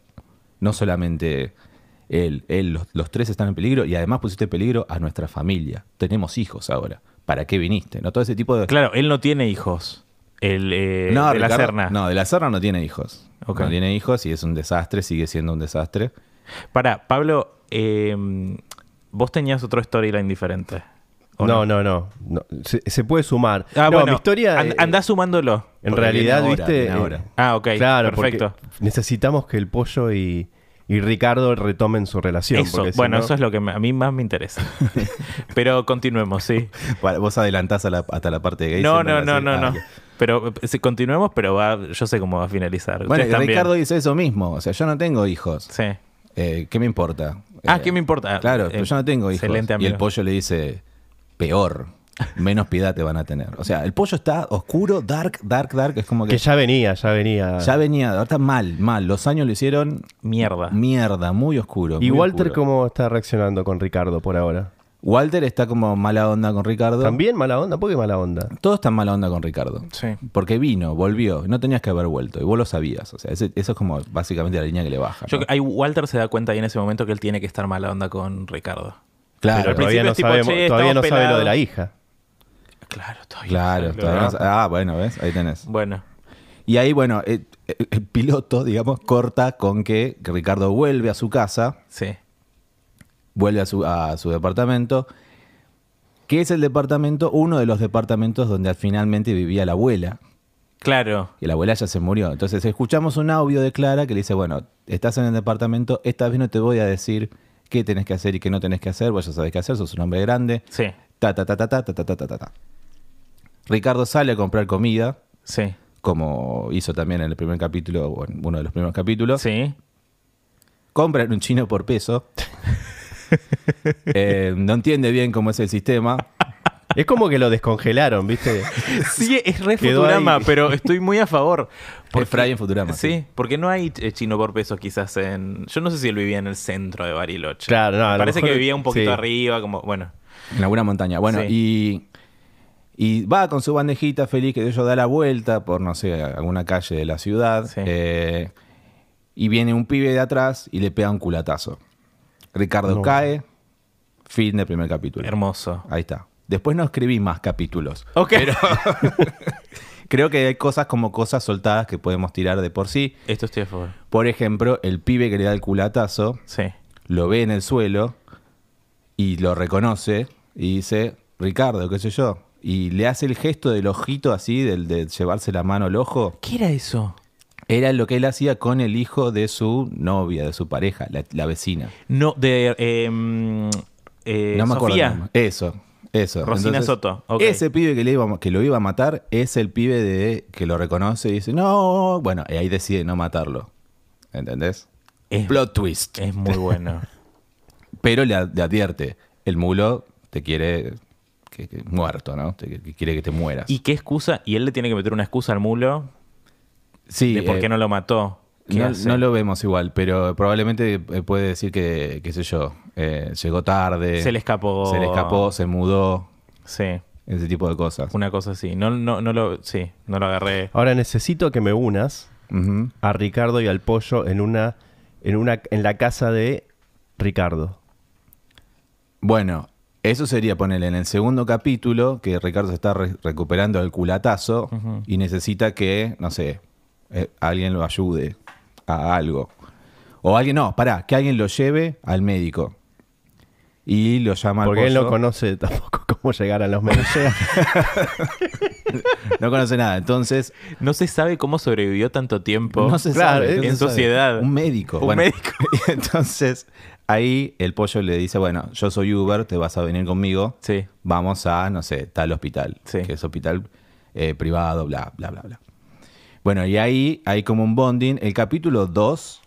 No solamente él, él, los, los tres están en peligro y además pusiste en peligro a nuestra familia. Tenemos hijos ahora. ¿Para qué viniste? ¿No? Todo ese tipo de.
Claro, él no tiene hijos. El, eh, de la
Ricardo-
Serna.
No, de la Serna no tiene hijos.
Ok.
No tiene hijos y es un desastre, sigue siendo un desastre.
Pará, Pablo, eh, vos tenías otro storyline diferente. ¿o
No, no, no. no. Se, se puede sumar.
Ah,
no,
bueno,
mi historia.
and-
eh,
andá sumándolo.
En
Porque
realidad,
viene ahora,
viste.
viene
eh,
ahora.
Ah, ok.
Claro, porque
perfecto.
necesitamos que el pollo y, y Ricardo retomen su relación.
Eso,
porque si
bueno,
no-
eso es lo que me- a mí más me interesa. Pero continuemos, sí.
Para- Vos adelantás a la- hasta la parte de gay.
No,
siempre
no,
la
no,
haces-
no,
ah,
no.
ok.
Pero eh, sí, continuemos, pero va, yo sé cómo va a finalizar.
Bueno,
Ustedes también.
Ricardo dice eso mismo. O sea, yo no tengo hijos.
Sí.
Eh, ¿Qué me importa?
Ah,
Eh,
¿qué me importa?
Claro,
Eh,
pero yo no tengo hijos.
excelente
y el
amigo.
pollo le dice, peor. menos piedad te van a tener. O sea, el pollo está oscuro, dark, dark, dark. Es como
Que
que,
ya venía, ya venía.
ya venía, ahora está mal, mal. Los años lo hicieron
Mierda.
mierda, muy oscuro. muy
¿Y Walter
oscuro.
cómo está reaccionando con Ricardo por ahora?
Walter está como mala onda con Ricardo.
¿También mala onda? ¿Por qué mala onda?
Todos están mala onda con Ricardo.
Sí.
Porque vino, volvió, no tenías que haber vuelto y vos lo sabías. O sea, ese- eso es como básicamente la línea que le baja.
Yo,
¿no?
ahí Walter se da cuenta ahí en ese momento que él tiene que estar mala onda con Ricardo.
Claro,
Pero
principio
todavía no,
es tipo,
sabemos,
"Che,
todavía no
estamos
sabe lo de la
pelados".
hija.
Claro, todavía.
claro.
Lo
todavía no-
verdad.
ah, bueno, ¿ves? Ahí tenés.
Bueno,
Y ahí, bueno, eh, eh, el, piloto, digamos, corta con que Ricardo vuelve a su casa,
sí.
vuelve a su, a su departamento, que es el departamento, uno de los departamentos donde finalmente vivía la abuela.
Claro.
Y la abuela ya se murió. Entonces escuchamos un audio de Clara que le dice, bueno, estás en el departamento, esta vez no te voy a decir qué tenés que hacer y qué no tenés que hacer, vos ya sabés qué hacer, sos un hombre grande.
Sí,
Ta, ta, ta, ta, ta, ta, ta, ta, ta, ta, ta. Ricardo sale a comprar comida,
sí,
como hizo también en el primer capítulo, o en uno de los primeros capítulos.
sí.
Compra en un chino por peso. Eh, no entiende bien cómo es el sistema.
Es como que lo descongelaron, ¿viste?
Sí, es re
Quedó
Futurama,
ahí.
pero estoy muy a favor.
Por Fry en Futurama.
Sí, porque no hay eh, chino por peso quizás en... Yo no sé si él vivía en el centro de Bariloche.
Claro, no, a
Me
lo
Parece
mejor-
que vivía un poquito
sí.
arriba, como... Bueno,
En alguna montaña. Bueno, y, y va con su bandejita feliz que de ellos da la vuelta por, no sé, alguna calle de la ciudad.
Sí.
eh, y viene un pibe de atrás y le pega un culatazo. Ricardo
No.
cae. Fin del primer capítulo.
hermoso.
Ahí está. Después no escribí más capítulos.
Ok.
Creo que hay cosas como cosas soltadas que podemos tirar de por sí.
Esto estoy a favor.
Por ejemplo, el pibe que le da el culatazo
Sí.
lo ve en el suelo y lo reconoce y dice, Ricardo, qué sé yo. Y le hace el gesto del ojito así, del de llevarse la mano al ojo.
¿Qué era eso?
Era lo que él hacía con el hijo de su novia, de su pareja, la, la vecina.
No, de... eh, mm, eh,
no me acuerdo. el
Sofía.
nombre. Eso, eso.
Rosina Soto, ok.
Ese pibe que, le iba, a- que lo iba a matar es el pibe de que lo reconoce y dice, no, bueno, y ahí decide no matarlo. ¿Entendés?
Es,
Plot twist.
es muy bueno.
Pero le, a- le advierte, el mulo te quiere que, que- muerto, ¿no? Te, que quiere que te mueras.
¿Y qué excusa? Y él le tiene que meter una excusa al mulo
sí,
de por
eh,
qué no lo mató. ¿Qué
no,
hace?
no lo vemos igual, pero probablemente eh, puede decir que, qué sé yo, eh, llegó tarde.
Se le escapó.
Se le escapó, se mudó,
Sí,
ese tipo de cosas.
una cosa así. No, no, no lo... Sí, no lo agarré.
Ahora necesito que me unas
Ujú.
a Ricardo y al pollo en una, en una, en la casa de Ricardo.
Bueno, eso sería ponerle en el segundo capítulo que Ricardo se está re- recuperando del culatazo y necesita que, no sé, eh, alguien lo ayude a algo. O alguien, no, pará, que alguien lo lleve al médico. Y lo llama al
Porque él no
pollo.
conoce tampoco cómo llegar a los medios.
No conoce nada. Entonces,
No se sabe cómo sobrevivió tanto tiempo.
no se
Claro,
sabe.
eh,
no se
en
sabe.
sociedad.
Un médico.
Un
Bueno,
médico.
y entonces, ahí el pollo le dice, bueno, yo soy Uber, te vas a venir conmigo.
Sí.
vamos a, no sé, tal hospital,
Sí.
que es hospital eh, privado, bla, bla, bla, bla. Bueno, y ahí hay como un bonding. El capítulo 2,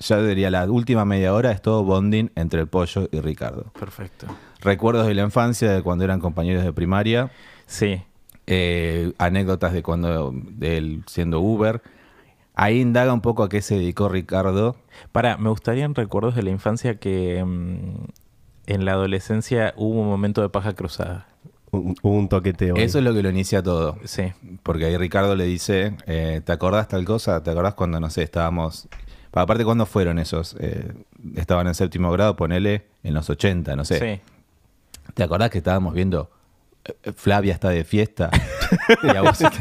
ya diría la última media hora, es todo bonding entre el pollo y Ricardo.
Perfecto.
Recuerdos de la infancia, de cuando eran compañeros de primaria,
Sí.
eh, anécdotas de cuando de él siendo Uber. Ahí indaga un poco a qué se dedicó Ricardo.
Para, me gustarían recuerdos de la infancia que mm, en la adolescencia hubo un momento de paja cruzada.
un, un toqueteo. ahí.
Eso es lo que lo inicia todo.
Sí.
Porque ahí Ricardo le dice, eh, ¿te acordás tal cosa? ¿Te acordás cuando, no sé, estábamos... Pa- Aparte, ¿cuándo fueron esos? Eh, estaban en séptimo grado, ponele, en los 80, no sé.
Sí.
¿Te acordás que estábamos viendo eh, eh, Flavia está de fiesta? y a vos se te,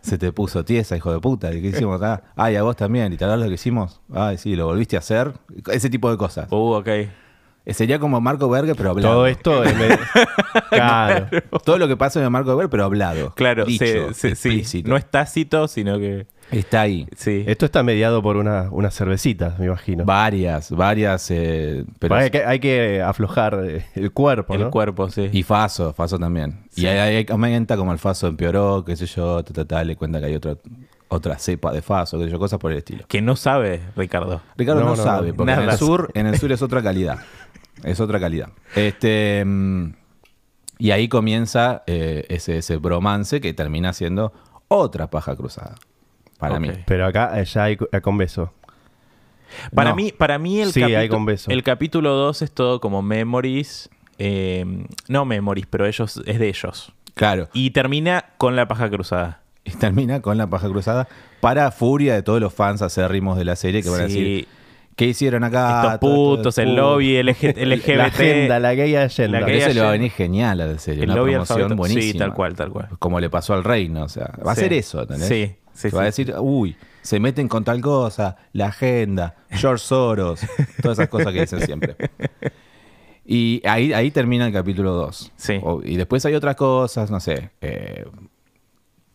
se te puso tiesa, hijo de puta. ¿Y qué hicimos? Ah, ay, a vos también. ¿Y te acordás lo que hicimos? Ay, sí, lo volviste a hacer. Ese tipo de cosas.
Uh, ok.
Eh, Sería como Marco Berger, pero hablado.
Todo esto es medio- claro.
Todo lo que pasa en Marco Berger, pero hablado.
Claro,
Dicho,
se- se- sí.
explícito.
No es tácito, sino que.
Está ahí.
Sí.
Esto está mediado por una, unas cervecitas, me imagino.
Varias, varias. eh, pero-
hay, que, hay que aflojar eh, el cuerpo,
el
¿no?
cuerpo, sí.
y Faso, Faso también.
Sí.
Y ahí ahí comenta como el Faso empeoró, qué sé yo, ta, ta, ta, le cuenta que hay otra otra cepa de Faso, qué sé yo, cosas por el estilo.
Que no sabe, Ricardo.
Ricardo no,
No, no,
sabe,
no.
porque en
Nada.
el, sur, en el sur es otra calidad. Es otra calidad. Este, mm, Y ahí comienza eh, ese, ese bromance que termina siendo otra paja cruzada. Para
Ok.
mí.
Pero acá eh, ya hay hay con beso.
Para
No.
mí, para mí el,
Sí,
capítulo,
ahí con beso.
el capítulo 2 es todo como memories. eh, no memories, pero ellos es de ellos.
Claro.
Y termina con la paja cruzada.
Y termina con la paja cruzada para furia de todos los fans acérrimos de la serie que van a
Sí.
decir, ¿qué hicieron acá?
Estos
Ah, Todo- todo
putos, el
puto".
lobby, el LG- el LGBT.
La agenda, la gay agenda.
La
Pero
gay-
eso le va a
ayer-
venir genial a la serie,
el
una
lobby
promoción
alfabeto.
buenísima.
Sí, tal cual, tal cual.
Como le pasó al reino, o sea, va a
Sí.
ser eso, ¿entendés?
Sí, sí,
Te va a
sí.
decir, uy, se meten con tal cosa, la agenda, George Soros, todas esas cosas que dicen siempre. Y ahí, ahí termina el capítulo 2.
Sí.
Y después hay otras cosas, no sé. eh,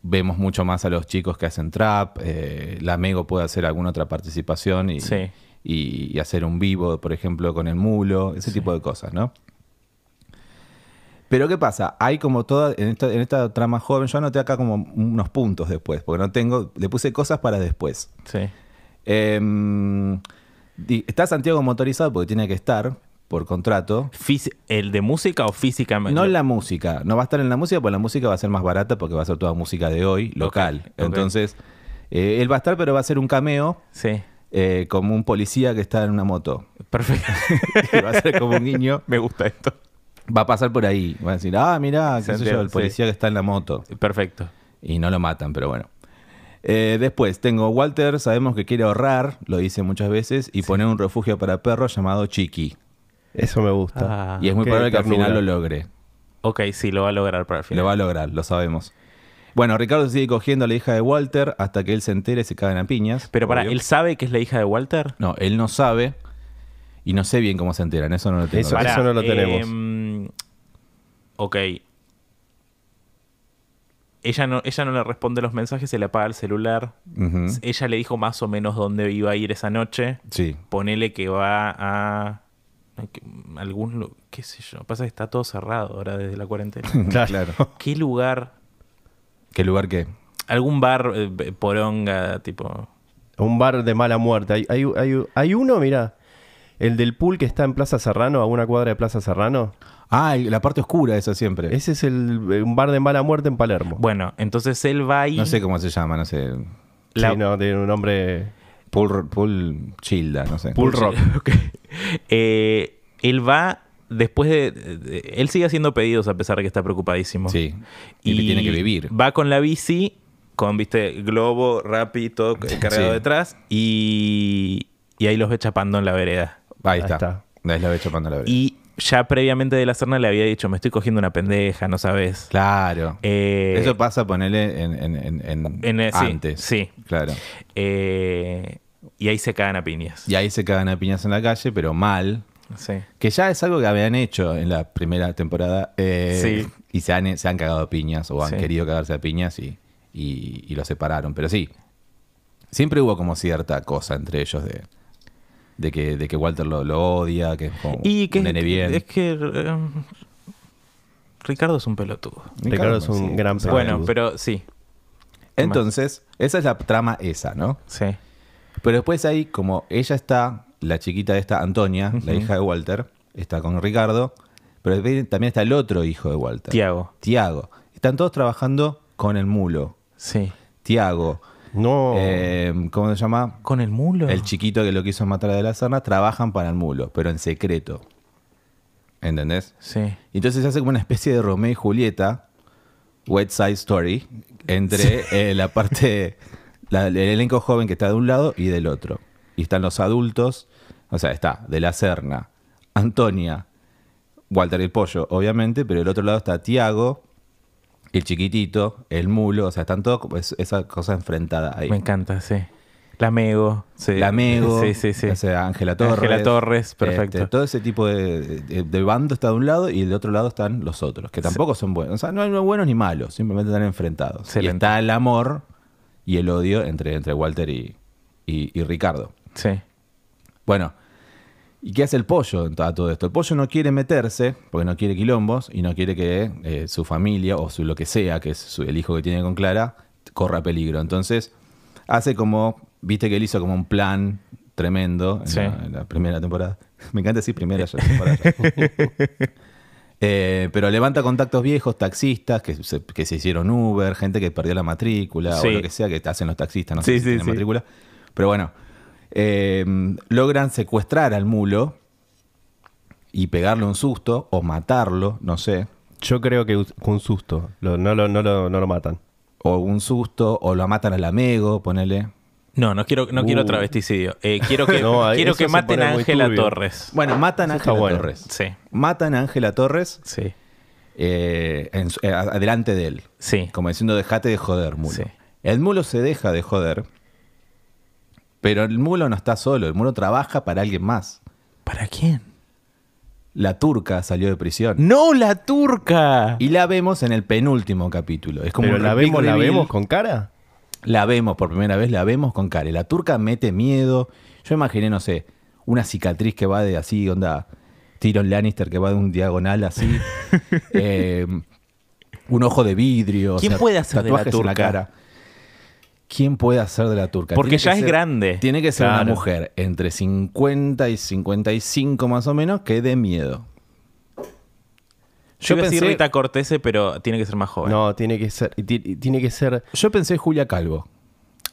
vemos mucho más a los chicos que hacen trap. eh, la Mego puede hacer alguna otra participación y,
Sí.
y- y hacer un vivo, por ejemplo, con el mulo, ese tipo de cosas, ¿no? Pero ¿qué pasa? Hay como toda, en esta, en esta trama joven, yo anoté acá como unos puntos después, porque no tengo, le puse cosas para después.
Sí.
Em, di- está Santiago motorizado porque tiene que estar por contrato.
Fisi- ¿El de música o físicamente?
No en la música, no va a estar en la música porque la música va a ser más barata porque va a ser toda música de hoy, local.
ok.
Entonces, eh, él va a estar pero va a ser un cameo
Sí.
eh, como un policía que está en una moto.
Perfecto.
Y va a ser como un niño.
Me gusta esto.
Va a pasar por ahí. Va a decir, ah, mirá, qué sé
Santiago,
yo, el policía que está en la moto.
Perfecto.
Y no lo matan, pero bueno. Eh, después tengo Walter, sabemos que quiere ahorrar, lo dice muchas veces, y poner un refugio para perros llamado Chiqui.
Eso me gusta.
Ah,
y es muy
qué
probable que al
ternura.
final lo logre.
Ok, sí, lo va a lograr para el final.
Lo va a lograr, lo sabemos. Bueno, Ricardo sigue cogiendo a la hija de Walter hasta que él se entere y se cagan a piñas.
Pero para,
obvio.
¿él sabe que es la hija de Walter?
No, él no sabe y no sé bien cómo se enteran, eso no lo tengo.
Eso-
Pará,
no lo tenemos.
em, ok. Ella no, ella no le responde los mensajes, se le apaga el celular.
Mm.
Ujú.
Ella le dijo más o menos dónde iba a ir esa noche.
Sí.
Ponele que va a a que- algún lu- qué sé yo. Pasa que está todo cerrado ahora desde la cuarentena.
Claro.
¿Qué lugar?
¿Qué lugar qué?
Algún bar eh, poronga, tipo.
Un bar de mala muerte. Hay, hay, hay- hay uno, mira. El del pool que está en Plaza Serrano, a una cuadra de Plaza Serrano.
Ah, el- la parte oscura esa siempre.
Ese es el, eh, un bar de mala muerte en Palermo.
Bueno, entonces él va ahí.
No sé cómo se llama, no sé.
la-
Sí, no, tiene un nombre.
Pool, pool Childa, no sé.
Pool Rock.
Ok. Eh, él va después de, de- Él sigue haciendo pedidos a pesar de que está preocupadísimo.
Sí. Y, tiene que vivir.
Va con la bici, con, viste, globo, rapi, todo cargado
Sí.
detrás. Y, y ahí los ve chapando en la vereda.
Ahí
Ahí está.
está.
Ahí la ve chapando la vereda.
Y ya previamente de la Serna le había dicho, me estoy cogiendo una pendeja, no sabes.
Claro.
Eh,
Eso pasa, ponele en, en- en- en-
en- eh, sí,
antes.
sí.
Claro.
eh, y ahí se cagan a piñas.
Y ahí se cagan a piñas en la calle, pero mal.
Sí.
Que ya es algo que habían hecho en la primera temporada. eh,
Sí.
Y se han, se han cagado a piñas o han
Sí.
querido cagarse a piñas y, y, y lo separaron. Pero sí, siempre hubo como cierta cosa entre ellos de, de, que, de que Walter lo, lo odia, que es como
Y que
un nene bien.
es que em, Ricardo es un pelotudo.
Ricardo es un gran
sí.
Bueno,
Salud.
pero sí,
Entonces, esa es la trama esa, ¿no?
sí.
Pero después ahí, como ella está, la chiquita esta, Antonia, la
Ujú.
hija de Walter, está con Ricardo, pero después también está el otro hijo de Walter.
Tiago,
Tiago. Están todos trabajando con el mulo.
sí.
Tiago.
Oh.
No.
eh, ¿Cómo se llama?
¿Con el mulo?
El chiquito que lo quiso matar de la sarna, trabajan para el mulo, pero en secreto. ¿Entendés?
Sí.
Entonces se hace como una especie de Romeo y Julieta, West Side Story, entre eh, la parte, la- el elenco joven que está de un lado y del otro. Y están los adultos, o sea, está De la Serna, Antonia, Walter el Pollo, obviamente, pero del otro lado está Tiago, el chiquitito, el mulo, o sea, están todos como es- esa cosa enfrentada ahí.
Me encanta, sí. Lamego. Sí.
Lamego,
Sí, sí, sí.
o sea, Ángela Torres.
Ángela Torres, perfecto.
Este, todo ese tipo de, de- de bando está de un lado y del otro lado están los otros, que tampoco son buenos. O sea, no hay buenos ni malos, simplemente están enfrentados. Y
Excelente.
está el amor y el odio entre, entre Walter y, y- y Ricardo.
sí.
Bueno, ¿y qué hace el pollo en to- a todo esto? El pollo no quiere meterse porque no quiere quilombos y no quiere que eh, su familia o su lo que sea, que es su- el hijo que tiene con Clara, corra peligro. Entonces, hace como, viste que él hizo como un plan tremendo en,
Sí.
la, en la primera temporada. Me encanta decir primera ya, temporada. ya. Eh, pero levanta contactos viejos, taxistas que se, que se hicieron Uber, gente que perdió la matrícula
Sí.
o lo que sea que te hacen los taxistas, no
Sí,
sé si
sí,
tienen
sí.
matrícula. Pero bueno, eh, logran secuestrar al mulo y pegarle un susto o matarlo, no sé,
Yo creo que us- un susto. Lo- no, lo, no, lo, no lo matan.
o un susto o lo matan al amigo, ponele.
No, no quiero, no
Uh.
quiero travesticidio. Eh, quiero que,
No, ahí
quiero
eso
que
se
maten
pone
a
muy
Ángela
turbio.
Torres.
Bueno, matan a
Eso está
Ángela
bueno.
Torres.
Sí,
Matan a Ángela Torres
sí,
eh, en su- eh, adelante de él.
sí.
Como diciendo, dejate de joder, mulo.
Sí.
El mulo se deja de joder, pero el mulo no está solo, el mulo trabaja para alguien más.
¿Para quién?
La turca salió de prisión.
¡No, la turca!
Y la vemos en el penúltimo capítulo. Es como
Pero
un
la
big
vemos, la
reveal.
vemos con cara.
La vemos por primera vez, la vemos con Care. La turca mete miedo. Yo imaginé, no sé, una cicatriz que va de así, onda. Tyrion Lannister que va de un diagonal así. eh, un ojo de vidrio. o
¿Quién
sea,
puede hacer de la
tatuajes en
turca?
¿Quién puede hacer de la turca?
Porque
Tiene
ya
que
es
ser-
grande.
Tiene que ser
Claro.
una mujer entre 50 y 55 más o menos que dé miedo.
Yo
Yo
iba a decir
pensé-
Rita Cortese, pero tiene que ser más joven.
No, tiene que ser. y ti- y Tiene que ser.
Yo pensé Julia Calvo.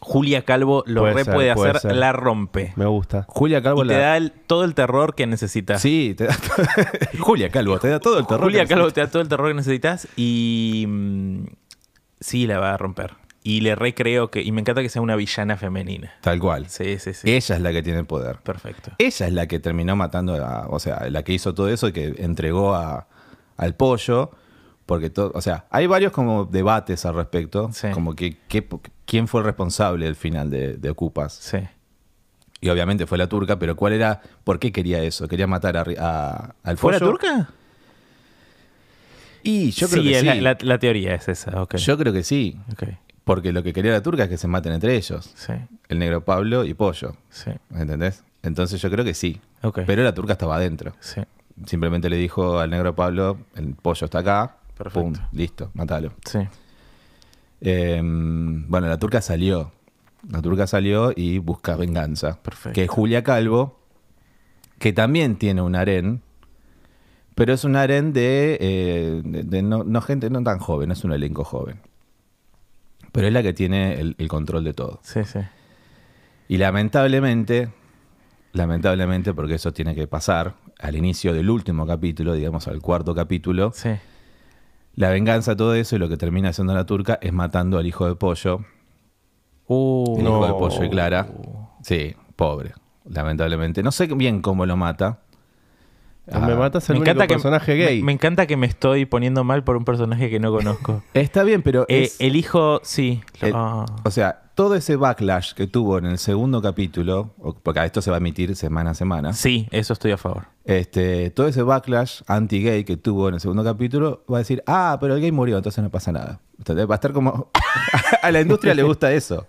Julia Calvo lo
Puede
re
ser,
puede
puede
hacer,
ser.
la rompe.
Me gusta.
Julia Calvo
Y
la...
te da el- todo el terror que necesitas.
Sí, te da Julia Calvo, te da todo el terror.
Julia
que
Calvo te da todo el terror que necesitas y. mm, sí, la va a romper. Y le recreo que. Y me encanta que sea una villana femenina.
necesitas. Tal cual.
Sí, sí, sí.
Ella es la que tiene el poder.
Perfecto.
Ella es la que terminó matando, a- o sea, la que hizo todo eso y que entregó a- al pollo. Porque todo, o sea, hay varios como debates al respecto,
Sí.
como que, qué- quién fue el responsable del final de, de Ocupas.
Sí.
Y obviamente fue la turca, pero ¿cuál era? ¿Por qué quería eso? Quería matar a, Ri- a- al
¿Fue
pollo.
la turca?
Y yo creo
sí,
que
es
sí.
La, la- la teoría es esa. Ok.
Yo creo que sí,
Ok.
porque lo que quería la turca es que se maten entre ellos,
Sí,
el negro Pablo y pollo.
sí.
¿Entendés? Entonces yo creo que sí.
Ok.
Pero la turca estaba adentro.
sí.
Simplemente le dijo al negro Pablo, el pollo está acá. Pum,
Perfecto.
listo, matalo.
Sí.
Eh, bueno, la turca salió. La turca salió y busca venganza.
Perfecto.
Que es Julia Calvo, que también tiene un harén, pero es un harén de, eh, de- de no, no gente no tan joven, es un elenco joven. Pero es la que tiene el- el control de todo.
Sí, sí.
Y lamentablemente, lamentablemente, porque eso tiene que pasar al inicio del último capítulo, digamos al cuarto capítulo,
Sí.
la venganza, todo eso, y lo que termina haciendo la turca es matando al hijo de pollo,
Uh,
el hijo de pollo y Clara. Sí, pobre, lamentablemente. No sé bien cómo lo mata.
me
Ah,
matas el
Me
único
encanta, que,
personaje
me-
gay.
Me, encanta que me estoy poniendo mal por un personaje que no conozco.
Está bien, pero
Eh,
es-
el hijo, sí. lo-
Eh,
ah.
O sea, todo ese backlash que tuvo en el segundo capítulo, o- porque a esto se va a emitir semana a semana.
Sí, eso estoy a favor.
este, todo ese backlash anti-gay que tuvo en el segundo capítulo, va a decir, ah, pero el gay murió, entonces no pasa nada. Entonces va a estar como... a la industria le gusta eso.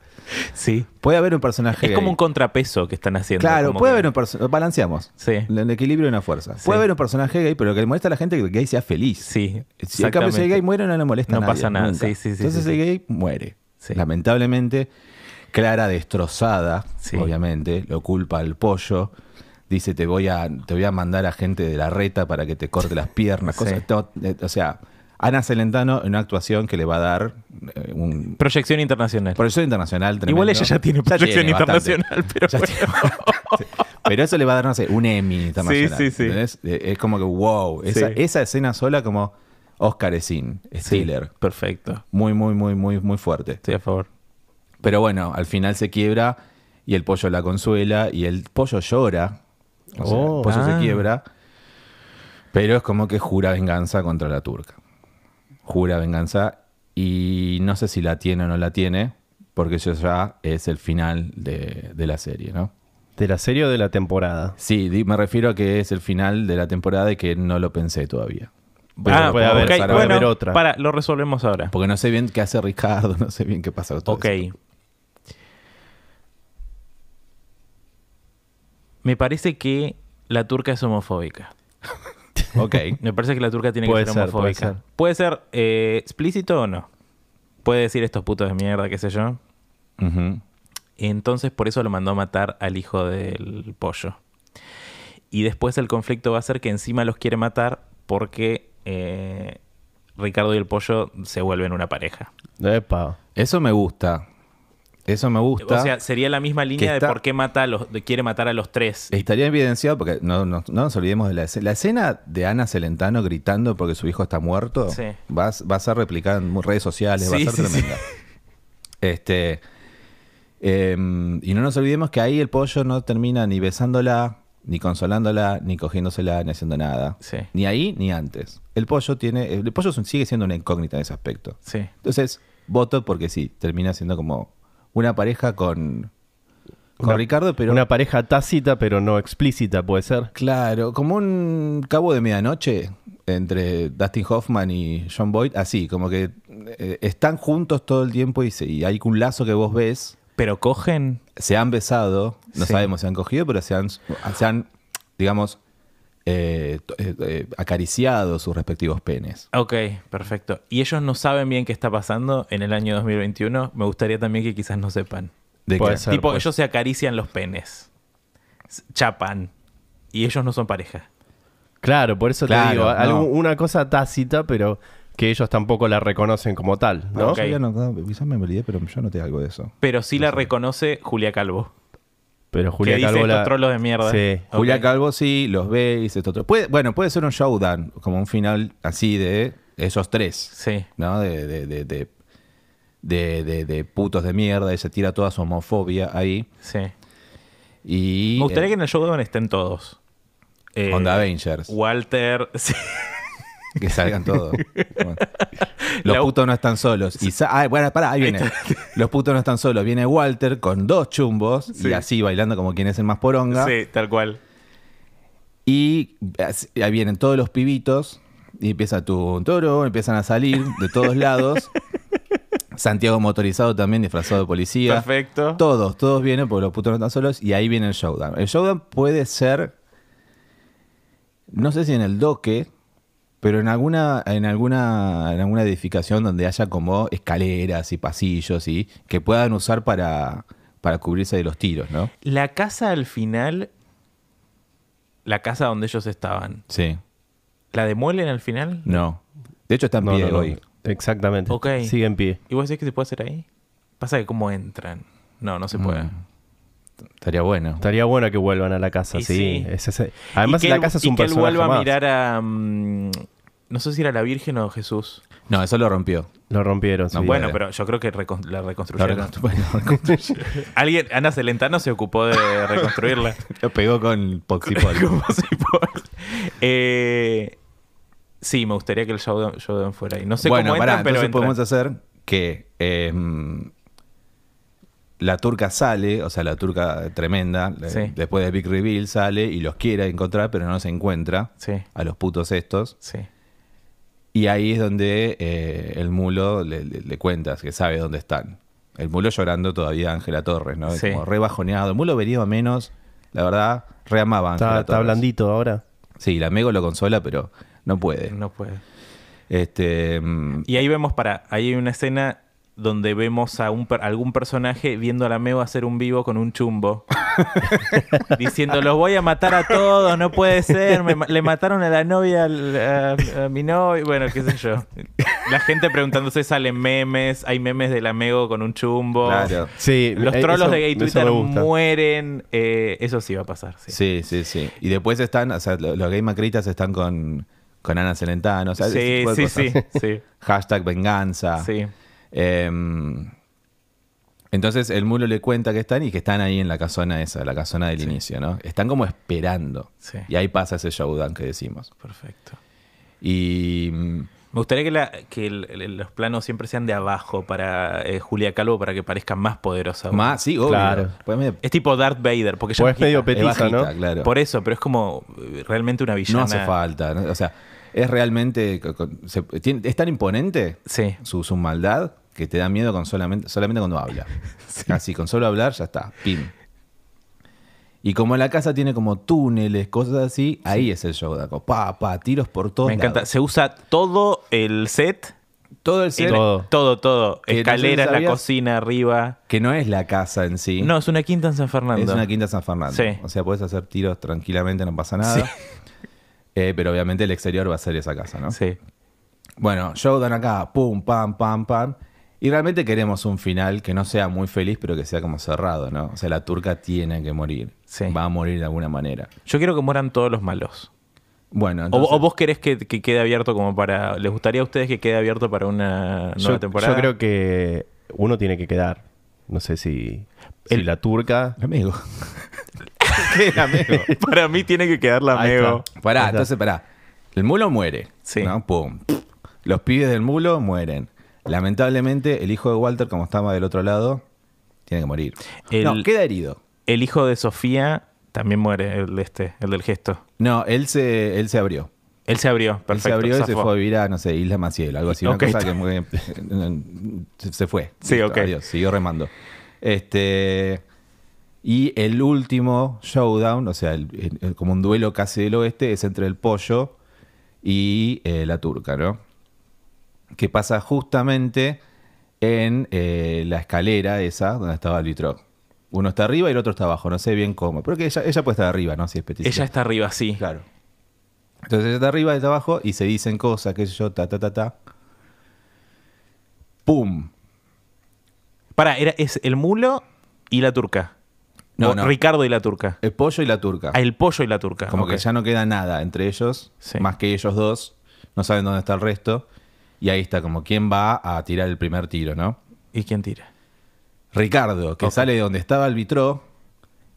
Sí.
Puede haber un personaje...
Es como
gay.
un contrapeso que están haciendo.
Claro,
como
puede
que-
haber un personaje... Balanceamos.
Sí.
El equilibrio y una fuerza.
Sí.
Puede haber un personaje gay, pero lo que le molesta a la gente es que el gay sea feliz.
Sí.
Si en cambio si el gay muere no le molesta
No
a nadie,
pasa nada,
nunca.
sí, sí, sí,
Entonces
sí,
el
sí.
gay muere.
Sí.
Lamentablemente, Clara destrozada,
Sí.
obviamente, lo culpa al pollo. Dice, te voy, a, te voy a mandar a gente de la reta para que te corte las piernas,
Sí.
cosas. todo- eh, o sea, Ana Celentano en una actuación que le va a dar eh, un
Proyección internacional.
proyección internacional tremendo.
Igual ella ya tiene proyección
bastante.
internacional, pero
Ya
bueno.
tiene- Sí. Pero eso le va a dar, no sé, un Emmy internacional.
Sí, sí, sí.
¿entendés? Eh, Es como que, wow. Esa,
Sí.
esa escena sola como Oscar Sin,
Sí,
Stiller.
Perfecto.
Muy, muy, muy, muy, muy fuerte.
Estoy a favor.
Pero bueno, al final se quiebra y el pollo la consuela y el pollo llora. O sea,
Oh.
el pollo
Ah.
se quiebra. Pero es como que jura venganza contra la turca. Jura venganza y no sé si la tiene o no la tiene, porque eso ya es el final de, de la serie, ¿no?
¿De la serie o de la temporada?
Sí, di- me refiero a que es el final de la temporada y que no lo pensé todavía. Pero
Ah,
puede haber-
ok,
puede
bueno,
haber otra.
Para, lo resolvemos ahora.
Porque no sé bien qué hace Ricardo, no sé bien qué pasa. con todo
Ok.
eso.
Me parece que la turca es homofóbica.
Ok.
Me parece que la turca tiene
Puede
que ser,
ser, puede
homofóbica.
ser.
Puede ser, eh, explícito o no. Puede decir estos putos de mierda, qué sé yo.
Ujú.
Entonces por eso lo mandó a matar al hijo del pollo. Y después el conflicto va a ser que encima los quiere matar porque eh, Ricardo y el pollo se vuelven una pareja.
Epa.
Eso me gusta. Eso me gusta.
O sea, sería la misma línea
está-
de por qué mata a los, de- quiere matar a los tres.
Estaría evidenciado porque no, no- no nos olvidemos de la escena. La escena de Ana Celentano gritando porque su hijo está muerto
Sí.
va, a- va a ser replicada en mu- redes sociales, va a
Sí,
ser
sí, sí.
tremenda. Este, em, y no nos olvidemos que ahí el pollo no termina ni besándola, ni consolándola, ni cogiéndosela, ni haciendo nada.
Sí.
Ni ahí ni antes. El pollo tiene. El pollo es un- sigue siendo una incógnita en ese aspecto.
Sí.
Entonces, voto porque sí, termina siendo como una pareja con. Con
Una-
Ricardo, pero
Una pareja tácita, pero no explícita, puede ser.
Claro, como un cabo de medianoche entre Dustin Hoffman y John Boyd, así, como que eh, están juntos todo el tiempo y, se- y hay un lazo que vos ves,
Pero cogen.
se han besado, no
Sí.
sabemos si han cogido, pero se han, se han, digamos, eh, to- eh, eh, acariciado sus respectivos penes.
Ok, perfecto. Y ellos no saben bien qué está pasando en el año 2021. Me gustaría también que quizás no sepan.
De
Puede
que-
ser. Claro,
tipo,
pues.
ellos se acarician los penes. S- Chapan. Y ellos no son pareja.
Claro, por eso
Claro,
te digo,
no.
algo- una cosa tácita, pero que ellos tampoco la reconocen como tal, ¿no?
Ok.
Ah, Yo ya no- quizás me olvidé, pero yo noté algo de eso.
Pero sí la reconoce Julia Calvo.
Pero Julia
que dice
Calvo
estos
la-
trolos de mierda.
Sí.
Ok.
Julia Calvo sí, los veis, esto otro. Puede- bueno, puede ser un showdown, como un final así de esos tres.
Sí.
¿no? De, de, de, de, de- de- de putos de mierda y se tira toda su homofobia ahí.
Sí.
Y.
Me gustaría
eh,
que en el showdown estén todos. Eh,
On the Avengers.
Walter. sí.
Que salgan todos. Bueno. Los
La-
putos no están solos. Y sa- ah, bueno, pará, ahí viene. Los putos no están solos. Viene Walter con dos chumbos y
Sí.
así bailando como quien es el más poronga.
sí, tal cual.
Y as- ahí vienen todos los pibitos. Y empieza tu toro, empiezan a salir de todos lados. Santiago motorizado también, disfrazado de policía.
Perfecto.
Todos, todos vienen porque los putos no están solos y ahí viene el showdown. El showdown puede ser, no sé si en el doque, pero en alguna, en alguna, en alguna edificación donde haya como escaleras y pasillos y que puedan usar para, para cubrirse de los tiros, ¿no?
La casa al final. La casa donde ellos estaban.
Sí.
¿La demuelen al final?
No. De hecho está en
No,
pie
no, no.
hoy.
Exactamente.
Ok.
Sigue en pie.
¿Y vos decís que se puede hacer ahí? Pasa que cómo entran. No, no se puede.
Mm. Estaría bueno.
Estaría bueno que vuelvan a la casa,
Y
sí.
sí.
Es ese- Además,
Y que
la
él-
casa es un
y que él
personaje
vuelva a
más.
mirar a... mm, no sé si era la Virgen o Jesús.
No, eso lo rompió.
Lo rompieron,
No,
sí.
bueno,
era.
pero yo creo que recon- la
Lo,
reconstruyeron.
reconstru- lo reconstruyó.
Alguien, Ana Celentano se ocupó de reconstruirla.
Lo pegó con Poxipol.
Como si por- Eh, sí, me gustaría que el showdown, showdown fuera ahí. No sé
bueno,
cómo
pará,
entran, pero
entonces
entran.
podemos hacer que eh, la turca sale, o sea, la turca tremenda, le-
Sí.
después de Big Reveal sale y los quiere encontrar, pero no se encuentra
Sí,
a los putos estos.
sí.
Y ahí es donde eh, el mulo le, le- le cuentas que sabe dónde están. El mulo llorando todavía a Ángela Torres, ¿no? Es
Sí.
Como re bajoneado. El mulo venido a menos, la verdad, re amaba a
Está,
Ángela
está
Torres.
blandito ahora.
Sí, la Mego lo consola, pero no puede.
No puede.
Este, mm,
Y ahí vemos para... Ahí hay una escena donde vemos a un per- algún personaje viendo a la Meo hacer un vivo con un chumbo. diciendo, los voy a matar a todos, no puede ser. me ma- le mataron a la novia, al- a, a mi novia. Bueno, qué sé yo. La gente preguntándose, salen memes. Hay memes del Amego con un chumbo.
claro.
Sí,
Los
eh,
trolos
eso-
de gay
eso
Twitter
me gusta.
mueren. eh, eso sí va a pasar. Sí.
Sí, sí, sí. Y después están, o sea, lo- los gay macritas están con, con Ana Celentano, o sea, ese
Sí,
tipo de
sí,
cosas.
sí,
Ah.
sí,
Hashtag venganza.
sí.
Em, entonces el mulo le cuenta que están y que están ahí en la casona esa, la casona del inicio, ¿no? Están como esperando.
Sí.
Y ahí pasa ese showdown que decimos.
Perfecto.
Y mm,
Me gustaría que, la- que el- el- los planos siempre sean de abajo para eh, Julia Calvo para que parezca más poderosa.
más, sí, obvio.
Claro.
Pues medio-
Es tipo Darth Vader, porque ya
Pues es medio
es
petiza,
bajita,
¿no?
claro.
Por eso, pero es como eh, realmente una villana.
no hace falta, ¿no? o sea, es realmente co- co- se- tiene- es tan imponente
Sí.
su, su maldad que te da miedo con solamente, solamente cuando habla. Así, con solo hablar ya está, pim. Y como la casa tiene como túneles, cosas así, ahí es el show. Daco. Pa, pa, tiros por todos
Me encanta.
lados.
Se usa todo el set.
Todo el set,
Todo.
Todo, todo.
Que no sé si
Escaleras, la
sabías.
cocina, arriba.
que no es la casa en sí.
No, es una quinta en San Fernando.
Es una quinta San Fernando.
Sí.
O sea, puedes hacer tiros tranquilamente, no pasa nada. Eh, pero obviamente el exterior va a ser esa casa, ¿no?
Sí.
Bueno, Showdown acá, pum, pam, pam, pam. Y realmente queremos un final que no sea muy feliz, pero que sea como cerrado, ¿no? O sea, la turca tiene que morir.
Sí.
Va a morir de alguna manera.
Yo quiero que mueran todos los malos.
Bueno,
O-
entonces,
o, vos querés que, que quede abierto como para. ¿Les gustaría a ustedes que quede abierto para una nueva
Yo,
temporada?
yo creo que uno tiene que quedar. No sé si, si
El-
la turca.
amigo.
que. para mí tiene que quedar la
Ahí
mego.
Pará, entonces pará. El mulo muere.
Sí.
¿no? Pum. Los pibes del mulo mueren. Lamentablemente, el hijo de Walter, como estaba del otro lado, tiene que morir.
El-
No, queda herido.
El hijo de Sofía también muere, el, de este, el del gesto.
No, él se, él se abrió.
Él se abrió, perfecto.
Él se abrió y se
zafó.
fue a vivir a, no sé, Isla Maciel, algo así.
Ok.
Una cosa que muy- eh, se se fue.
Sí, ok.
adiós, siguió remando. Este. Y el último showdown, o sea, el- el- el- como un duelo casi del oeste, es entre el pollo y eh, la turca, ¿no? Que pasa justamente en eh, la escalera esa donde estaba el vitro. Uno está arriba y el otro está abajo, no sé bien cómo. Pero que ella, ella puede estar arriba, ¿no? Si es petición.
Ella está arriba, sí.
Claro. Entonces ella está arriba, está abajo y se dicen cosas, qué sé yo, ta, ta, ta, ta. ¡Pum!
Para, era, es el mulo y la turca.
No,
O
no.
Ricardo y la turca.
El pollo y la turca.
Ah, el pollo y la turca.
Como
ok.
que ya no queda nada entre ellos,
Sí.
más que ellos dos. No saben dónde está el resto. Y ahí está, como quién va a tirar el primer tiro, ¿no?
¿Y quién tira?
Ricardo, que sale de donde estaba el vitró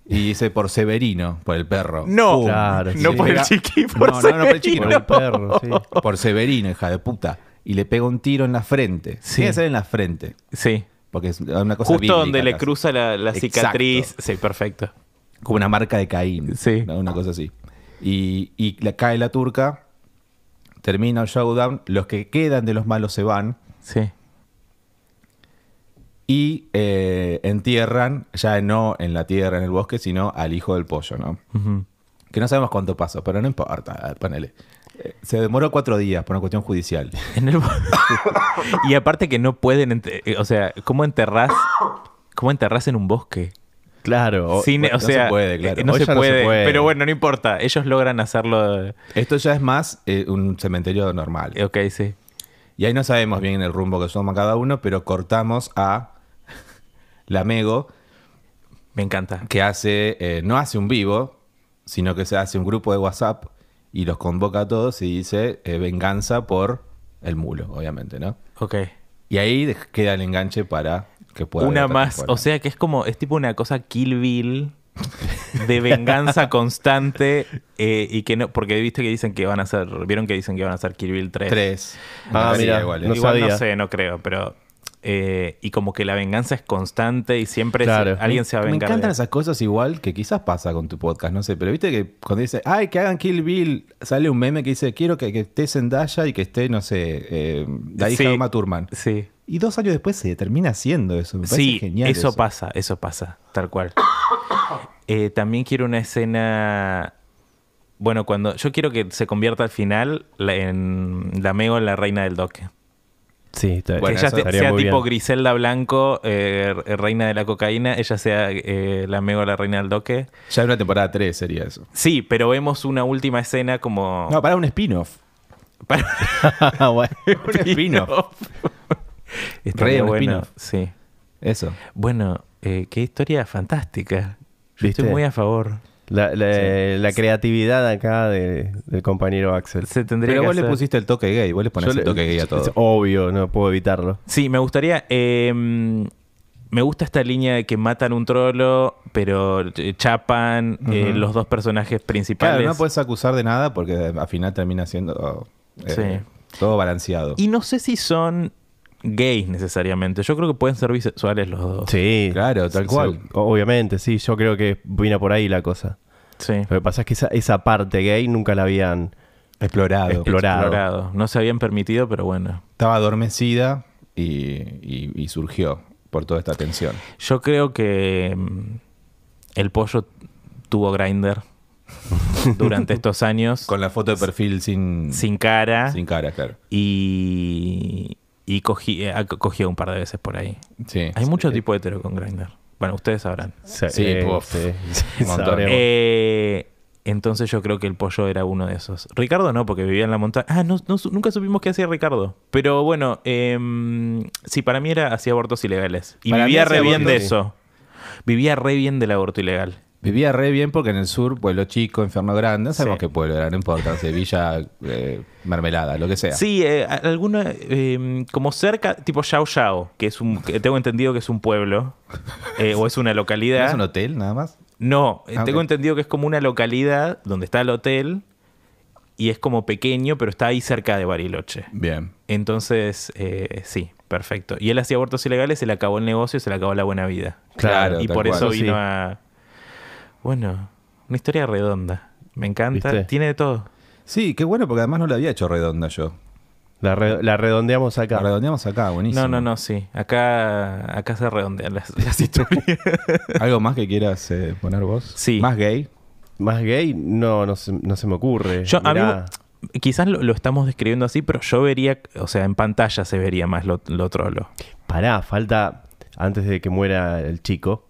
y dice por Severino, por el perro.
No,
¡Pum!
Claro,
no
sí.
por el
Pega-
chiqui, por
no, no, no, por el chiqui,
Severino.
Por el perro, sí.
Por Severino, hija de puta. Y le pega un tiro en la frente.
Sí.
Tiene que ser en la frente.
Sí.
Porque es una cosa
Justo
bíblica
donde le
casi.
cruza la, la
Exacto.
cicatriz. Sí, perfecto.
Como una marca de Caín.
Sí.
¿no? Una cosa así. Y, y la, cae la turca. Termina el showdown. Los que quedan de los malos se van.
Sí.
Y eh, entierran, ya no en la tierra, en el bosque, sino al hijo del pollo, ¿no?
Ujú.
Que no sabemos cuánto pasó, pero no importa, ponele. Eh, Se demoró cuatro días por una cuestión judicial.
En el- y aparte que no pueden, ente- eh, o sea, ¿cómo enterrás, cómo enterrás en un bosque?
Claro. o-
Sin-
bueno,
o
no se
sea,
puede, claro.
eh, no,
Hoy
se
ya
puede,
no se puede.
pero bueno, no importa, ellos logran hacerlo. eh,
Esto ya es más eh, un cementerio normal.
Ok, sí.
Y ahí no sabemos bien el rumbo que toma cada uno, pero cortamos a Lamego,
Me encanta.
que hace, eh, no hace un vivo, sino que se hace un grupo de WhatsApp y los convoca a todos y dice eh, venganza por el mulo, obviamente, ¿no?
Ok.
Y ahí dej- queda el enganche para que pueda.
Una
haber otra
más,
temporada.
o sea que es como, es tipo una cosa Kill Bill de venganza constante eh, y que no, porque viste que dicen que van a hacer, vieron que dicen que van a hacer Kill Bill 3.
Tres.
Ah,
Sí,
mira,
igual,
no
eh.
Igual no
sabía.
sé, no creo, pero... eh, y como que la venganza es constante y siempre se-
Claro.
alguien se va a
Me
vengar. de-
encantan esas cosas igual que quizás pasa con tu podcast, no sé, pero viste que cuando dice, ay, que hagan Kill Bill, sale un meme que dice, quiero que, que esté Zendaya y que esté, no sé, eh, la hija
Sí.
de Uma Thurman.
Sí.
Y dos años después se termina haciendo eso, me parece
Sí,
genial.
eso, pasa, eso pasa, tal cual. Eh, también quiero una escena. Bueno, cuando. Yo quiero que se convierta al final la- en Damego en la reina del doque.
Sí, está-
Bueno,
que ella
eso
te-
estaría
sea
muy
tipo
bien.
Griselda Blanco, eh, re- reina de la cocaína, ella sea eh, Damego la reina del doque.
Ya en una temporada 3 sería eso.
Sí, pero vemos una última escena como.
No, para un spin-off.
Ah, bueno.
Un spin-off.
Estaría
Re, un
bueno,
spin-off.
Sí.
Eso.
Bueno, eh, qué historia fantástica. Yo
¿Viste?
estoy muy a favor.
La, la- la creatividad acá de- del compañero Axel.
Se tendría
Pero
que
vos le
hacer.
pusiste el toque gay, vos le
Yo
ponés
le-
el toque gay a todo.
Es obvio, no puedo evitarlo.
Sí, me gustaría. eh, me gusta esta línea de que matan un trolo, pero eh, chapan eh, los dos personajes principales.
Claro, no puedes acusar de nada porque al final termina siendo eh, todo balanceado.
Y no sé si son gays necesariamente. Yo creo que pueden ser bisexuales los dos.
Sí.
Claro, tal
Sí,
cual.
sí, Obviamente, sí. Yo creo que vino por ahí la cosa.
Sí.
Lo que pasa es que esa, esa parte gay nunca la habían...
Explorado.
Explorado.
Explorado. No se habían permitido, pero bueno.
Estaba adormecida y, y- y surgió por toda esta tensión.
Yo creo que mm, el pollo tuvo grinder durante estos años.
Con la foto de perfil sin,
sin cara.
sin cara, claro.
Y, y cogí, eh, cogió un par de veces por ahí.
Sí.
Hay mucho tipo
este,
hetero con Grindr. Bueno, ustedes sabrán.
Sí,
Sí, puf, un montón.
sabremos.
Eh, Entonces yo creo que el pollo era uno de esos. Ricardo no, porque vivía en la montaña. Ah, no, no su- nunca supimos qué hacía Ricardo. Pero bueno, em, sí, para mí era hacía abortos ilegales. Y
Para mí
vivía
hacía
re bien de
abortos, sí.
eso. Vivía re bien del aborto ilegal.
Vivía re bien porque en el sur, pueblo chico, infierno grande, no sabemos
Sí.
qué pueblo era, no importa, Sevilla, eh, Mermelada, lo que sea.
Sí, eh, a- alguna, eh, como cerca, tipo Yao Yao, que es un, que tengo entendido que es un pueblo, eh, o es una
¿No
localidad.
es un hotel nada más?
No, eh,
Ah,
tengo
ok.
entendido que es como una localidad donde está el hotel y es como pequeño, pero está ahí cerca de Bariloche.
Bien.
Entonces, eh, sí, perfecto. Y él hacía abortos ilegales, se le acabó el negocio, se le acabó la buena vida.
Claro,
y
tal
por eso
cual.
vino
Sí.
a... Bueno, una historia redonda. Me encanta.
¿Viste?
Tiene de todo.
Sí, qué bueno porque además no lo había hecho redonda yo.
La, re- la redondeamos acá.
La redondeamos acá, buenísimo.
No, no, no, sí. Acá, acá se redondean las, las historias.
¿Algo más que quieras eh, poner vos?
Sí.
¿Más gay?
Más gay, no, no se, no se me ocurre.
Yo, a mí,
Mirá.
quizás lo, lo estamos describiendo así, pero yo vería, o sea, en pantalla se vería más lo, lo trolo.
Pará, falta, antes de que muera el chico,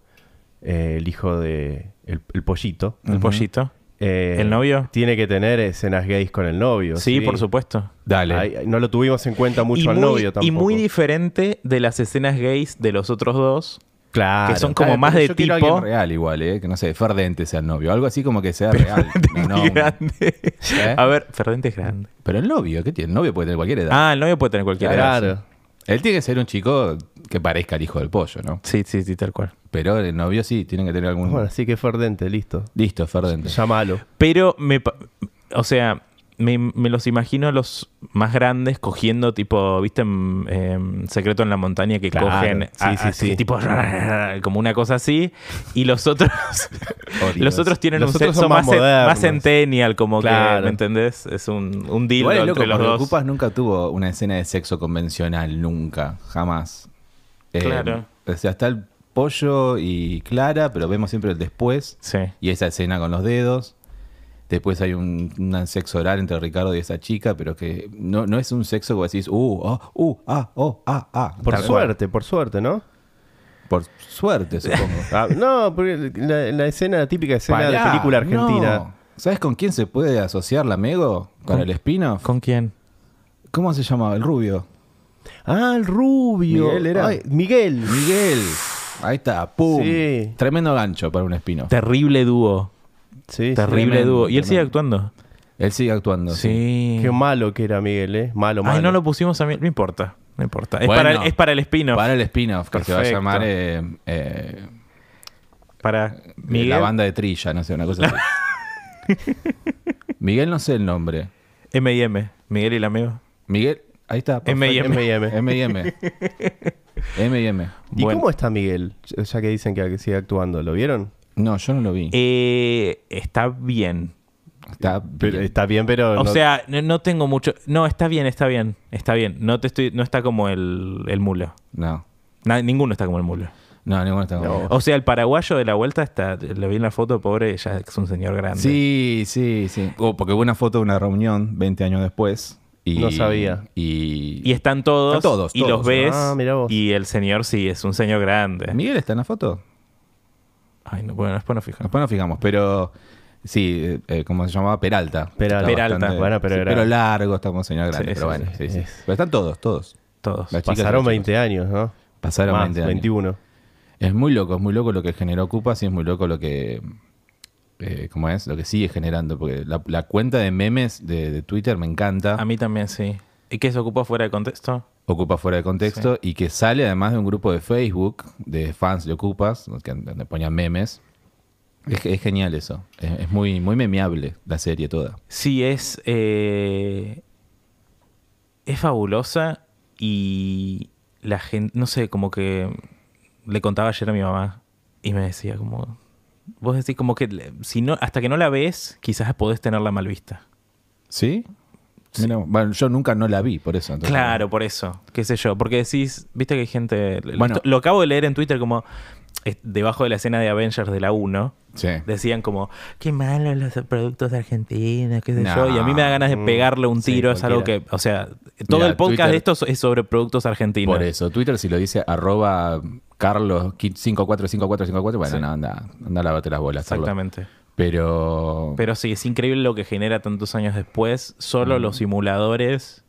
eh, el hijo de el, el pollito.
El pollito.
eh,
¿El novio?
Tiene que tener escenas gays con el novio.
Sí, por supuesto.
Dale.
Ay, no lo tuvimos en cuenta mucho
y,
al
muy,
novio tampoco.
y muy diferente de las escenas gays de los otros dos.
Claro.
que son como
Dale,
más
porque
de
yo quiero
tipo-
alguien real igual, ¿eh? Que no sé, Ferdente sea el novio. Algo así como que sea real. No, no,
Y grande.
¿Eh?
A ver, Ferdente es grande.
Pero el novio, ¿qué tiene? El novio puede tener cualquier edad.
Ah, el novio puede tener cualquier edad.
Claro.
Él tiene que ser un chico que parezca el hijo del pollo, ¿no?
Sí, sí, sí, tal cual.
Pero el novio sí, tienen que tener algún...
Bueno, así que Ferdente, listo.
Listo, Ferdente.
Llámalo.
Pero me. pa- O sea, me, me los imagino a los más grandes cogiendo, tipo, ¿viste? en, em, Secreto en la montaña que
Claro,
cogen.
sí,
a-
sí,
a-
sí.
Tipo, como una cosa así. Y los otros.
Oh, Dios.
los otros tienen
Los
un
otros
sexo
son más
más, en- más,
modernos.
centennial, como que.
Claro.
¿Me entendés? Es un, un deal
Igual es
entre
loco,
los
porque
dos.
Ocupas nunca tuvo una escena de sexo convencional, nunca, jamás. Eh,
Claro.
O sea, está el pollo y Clara, pero vemos siempre el después.
Sí.
Y esa escena con los dedos. Después hay un, un sexo oral entre Ricardo y esa chica, pero que no, no es un sexo que vos decís, uh, oh, uh, ah, oh, ah, ah.
Por
Tal cual.
suerte, por suerte, ¿no?
Por suerte, supongo.
Ah, no, porque la, la escena, la típica escena de
Pará,
película argentina.
no. ¿Sabes con quién se puede asociar la Mego? ¿Con,
Con-
el espino?
¿Con quién?
¿Cómo se llamaba? El rubio.
Ah, el rubio.
Miguel era.
Ay, Miguel.
Miguel. Ahí está, pum.
Sí.
Tremendo gancho para un espino.
Terrible dúo.
Sí, sí.
Terrible
tremendo,
dúo. Y él sigue
tremendo.
actuando.
Él sigue actuando.
Sí.
Qué malo que era Miguel, ¿eh? Malo, malo.
Ay, no lo pusimos a mí. No importa. No importa. Es,
Bueno.
para, el, es para el spin-off. Para,
Para el spin-off, que se va a
Perfecto.
llamar eh, eh,
Miguel.
La banda de Trilla, no sé, una cosa así. Miguel no sé el nombre.
M&M. Miguel y la Meo.
Miguel, ahí está. perfecto.
M&M.
M&M.
M&M. M&M.
¿Y
Bueno.
cómo está Miguel? Ya que dicen que sigue actuando, ¿lo vieron?
No, yo no lo vi.
Eh, está bien.
Está
Pero,
bien.
está bien, pero.
O
no-
sea, no, no tengo mucho. No, está bien, está bien. Está bien. No te estoy. No está como el, el mulo.
No.
Na- ninguno está como el mulo.
No, ninguno está
No.
O sea, el paraguayo de la vuelta está. Lo vi en la foto, pobre, ya es un señor grande.
Sí, sí, sí. Oh, porque hubo una foto de una reunión 20 años después. Y,
No sabía.
Y, este?
Y están todos,
Están todos,
y
todos.
los ves.
Ah, mirá vos.
Y el señor sí es un señor grande.
¿Miguel está en la foto?
Ay, no, bueno, después no fijamos.
Después nos fijamos, pero sí, eh, eh, ¿cómo se llamaba? Peralta.
Peralta.
Está
Peralta.
Bueno, pero
sí,
era-
pero largo, estamos señor grande,
Sí,
pero
sí,
bueno,
sí,
sí, sí.
es.
Pero están todos, todos.
Todos.
Las chicas y
pasaron
los
20 años, ¿no?
chicos. Pasaron
Más,
20 años.
21.
Es muy loco, es muy loco lo que generó Ocupas y es muy loco lo que. eh, ¿Cómo es? Lo que sigue generando. Porque la, la cuenta de memes de, de Twitter me encanta.
A mí también sí. ¿Y qué se ocupó fuera de contexto?
Ocupa fuera de contexto y que sale además de un grupo de Facebook de fans de Ocupas, que, donde ponían memes. Es, es genial eso. Es, es muy, muy memeable la serie toda.
Sí, es. eh, es fabulosa y la gente. No sé, como que. Le contaba ayer a mi mamá y me decía, como. Vos decís, como que. le- Si no, hasta que no la ves, quizás podés tenerla mal vista.
¿Sí? Mirá, bueno, yo nunca no la vi, por eso. entonces-
Claro, por eso. ¿Qué sé yo? Porque decís. Viste que hay gente. lo-
Bueno.
Lo acabo de leer en Twitter, como. eh, Debajo de la escena de Avengers de la 1.
Sí.
Decían como, qué malos los productos argentinos, qué sé
No.
yo. Y a mí me da ganas de
Mm.
pegarle un
Sí,
tiro. es algo que,
cualquiera.
o sea, todo
Mirá,
el podcast
Twitter-
de esto so- es sobre productos argentinos.
Por eso. Twitter si lo dice arroba carlos 545454, bueno, no, anda, anda a lavarte las bolas. Carlos.
Exactamente.
Pero,
Pero sí, es increíble lo que genera tantos años después.
Mm.
Solo los simuladores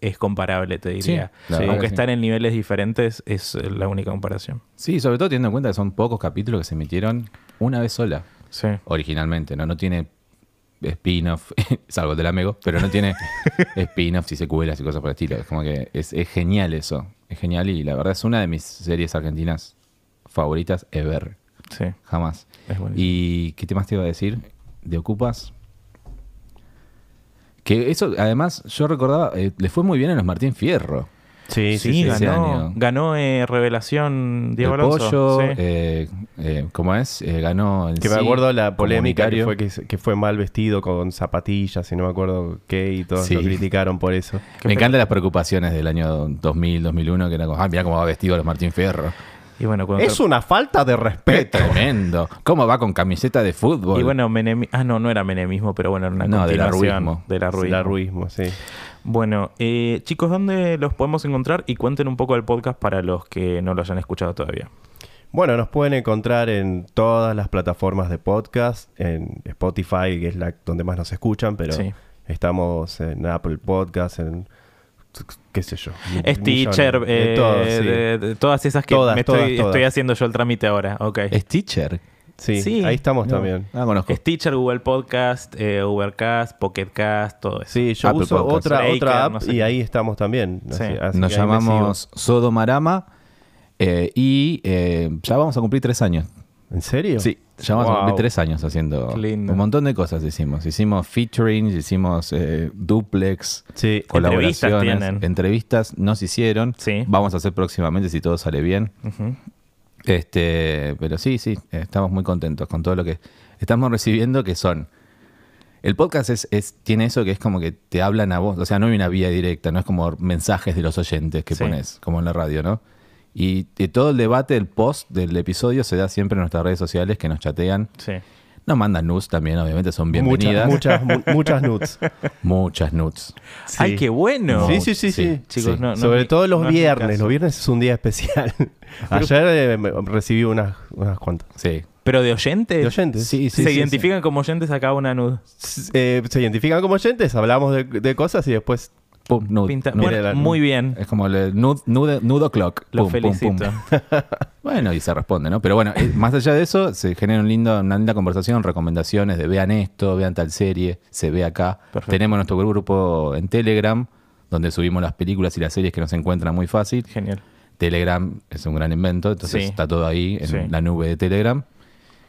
es comparable, te diría.
Sí, la verdad
Aunque
que sí.
están en niveles diferentes, es eh, la única comparación.
sí, sobre todo teniendo en cuenta que son pocos capítulos que se emitieron una vez sola,
Sí.
originalmente, ¿no? No tiene spin-off, salvo el del amigo, pero no tiene spin-offs y secuelas y cosas por el estilo. Es como que es, es genial eso. Es genial y la verdad es una de mis series argentinas favoritas ever.
Sí,
Jamás.
es buenísimo.
¿Y qué temas te iba a decir? ¿De Ocupas? Que eso, además, yo recordaba, eh, le fue muy bien a los Martín Fierro.
Sí,
sí, ese
ganó,
año.
ganó eh, Revelación Diego
el
Alonso.
pollo,
Sí.
eh, eh, ¿cómo es? Eh, ganó el
Que me
sí,
acuerdo la polémica que
comunitario.
fue, que, que fue mal vestido con zapatillas y no me acuerdo qué y todos
Sí.
lo criticaron por
Qué
eso.
Me
pena.
encantan las preocupaciones del año 2000, 2001, que era como, ah, mira cómo va vestido los Martín Fierro.
Y bueno, cuando-
Es una falta de
¡Qué
respeto.
tremendo! ¿Cómo va con camiseta de fútbol?
Y bueno, menemi- ah, no, no era menemismo, pero bueno, era una
No, del
continuación
arruismo.
del arruismo.
El arruismo, sí.
Bueno, eh, chicos, ¿dónde los podemos encontrar? Y cuenten un poco del podcast para los que no lo hayan escuchado todavía.
Bueno, nos pueden encontrar en todas las plataformas de podcast, en Spotify, que es la donde más nos escuchan, pero
Sí.
estamos en Apple Podcast, en qué sé yo. mi-
Stitcher,
millón- en
eh,
todo, sí.
de- de- todas esas que
Todas,
me
todas,
estoy,
todas.
estoy haciendo yo el trámite ahora. Ok.
¿Es teacher?
Sí,
sí.
ahí estamos
No,
también.
No la conozco.
Stitcher, Google Podcast, eh, Ubercast, Pocketcast, todo eso.
Sí, yo
Apple
uso
Podcast.
otra,
Breaker,
otra app
no sé
y
qué.
ahí estamos también.
Sí.
que ahí me
Nos
sigo.
llamamos Sodomarama eh, y eh, ya vamos a cumplir tres años.
¿En serio?
Sí, ya vamos a
Wow.
cumplir tres años haciendo
Qué lindo.
un montón de cosas hicimos. Hicimos featuring, hicimos eh, duplex,
Sí.
Entrevistas
colaboraciones,
tienen.
entrevistas nos hicieron.
Sí.
Vamos a hacer próximamente si todo sale bien.
Ujú.
Este, pero sí, sí, estamos muy contentos con todo lo que estamos recibiendo, que son. El podcast es, es- tiene eso que es como que te hablan a vos, o sea, no hay una vía directa, no es como mensajes de los oyentes que
Sí.
pones, como en la radio, ¿no? Y, eh, todo el debate, el post del episodio se da siempre en nuestras redes sociales que nos chatean.
Sí.
Nos mandan nudes también, obviamente, son bienvenidas.
Muchas, muchas, mu- muchas nudes.
Muchas nudes.
Sí.
¡Ay, qué bueno!
Sí, sí, sí, sí.
Chicos, no-
Sobre
es-
todo los
no es mi
viernes.
caso.
Los viernes es un día especial. Ayer eh, me- recibí unas, unas cuantas.
Sí.
Pero de oyentes.
De oyentes.
Sí, sí,
Eh, se
sí, sí.
identifican como oyentes acá una nud.
S- eh, se identifican como oyentes, hablamos de, de cosas y después.
Pum, nude.
Pinta-
nude.
bueno,
la-
muy bien.
Es como el nude, nude- nudo clock.
Los
Pum, pum, pum.
felicito.
Bueno, y se responde, ¿no? Pero bueno, eh, más allá de eso, se genera un lindo, una linda conversación, recomendaciones de vean esto, vean tal serie, se ve acá.
Perfecto.
Tenemos nuestro grupo en Telegram, donde subimos las películas y las series que nos encuentran muy fácil.
Genial.
Telegram es un gran invento, entonces
Sí.
está todo ahí en
Sí.
la nube de Telegram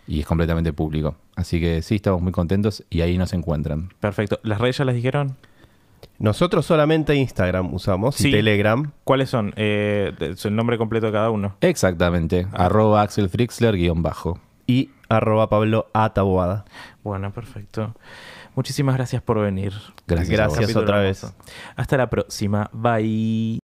y es completamente público. Así que sí, estamos muy contentos y ahí nos encuentran.
Perfecto. ¿Las redes ya las dijeron?
Nosotros solamente Instagram usamos
Sí.
y Telegram.
¿Cuáles son? Eh, de- su- el nombre completo de cada uno.
Exactamente,
Ah.
arroba Axel Frixler guión bajo.
y arroba Pablo Ataboada.
Bueno, perfecto. Muchísimas gracias por venir.
Gracias. a vos.
Gracias. otra vez.
hermoso. Hasta la próxima. Bye.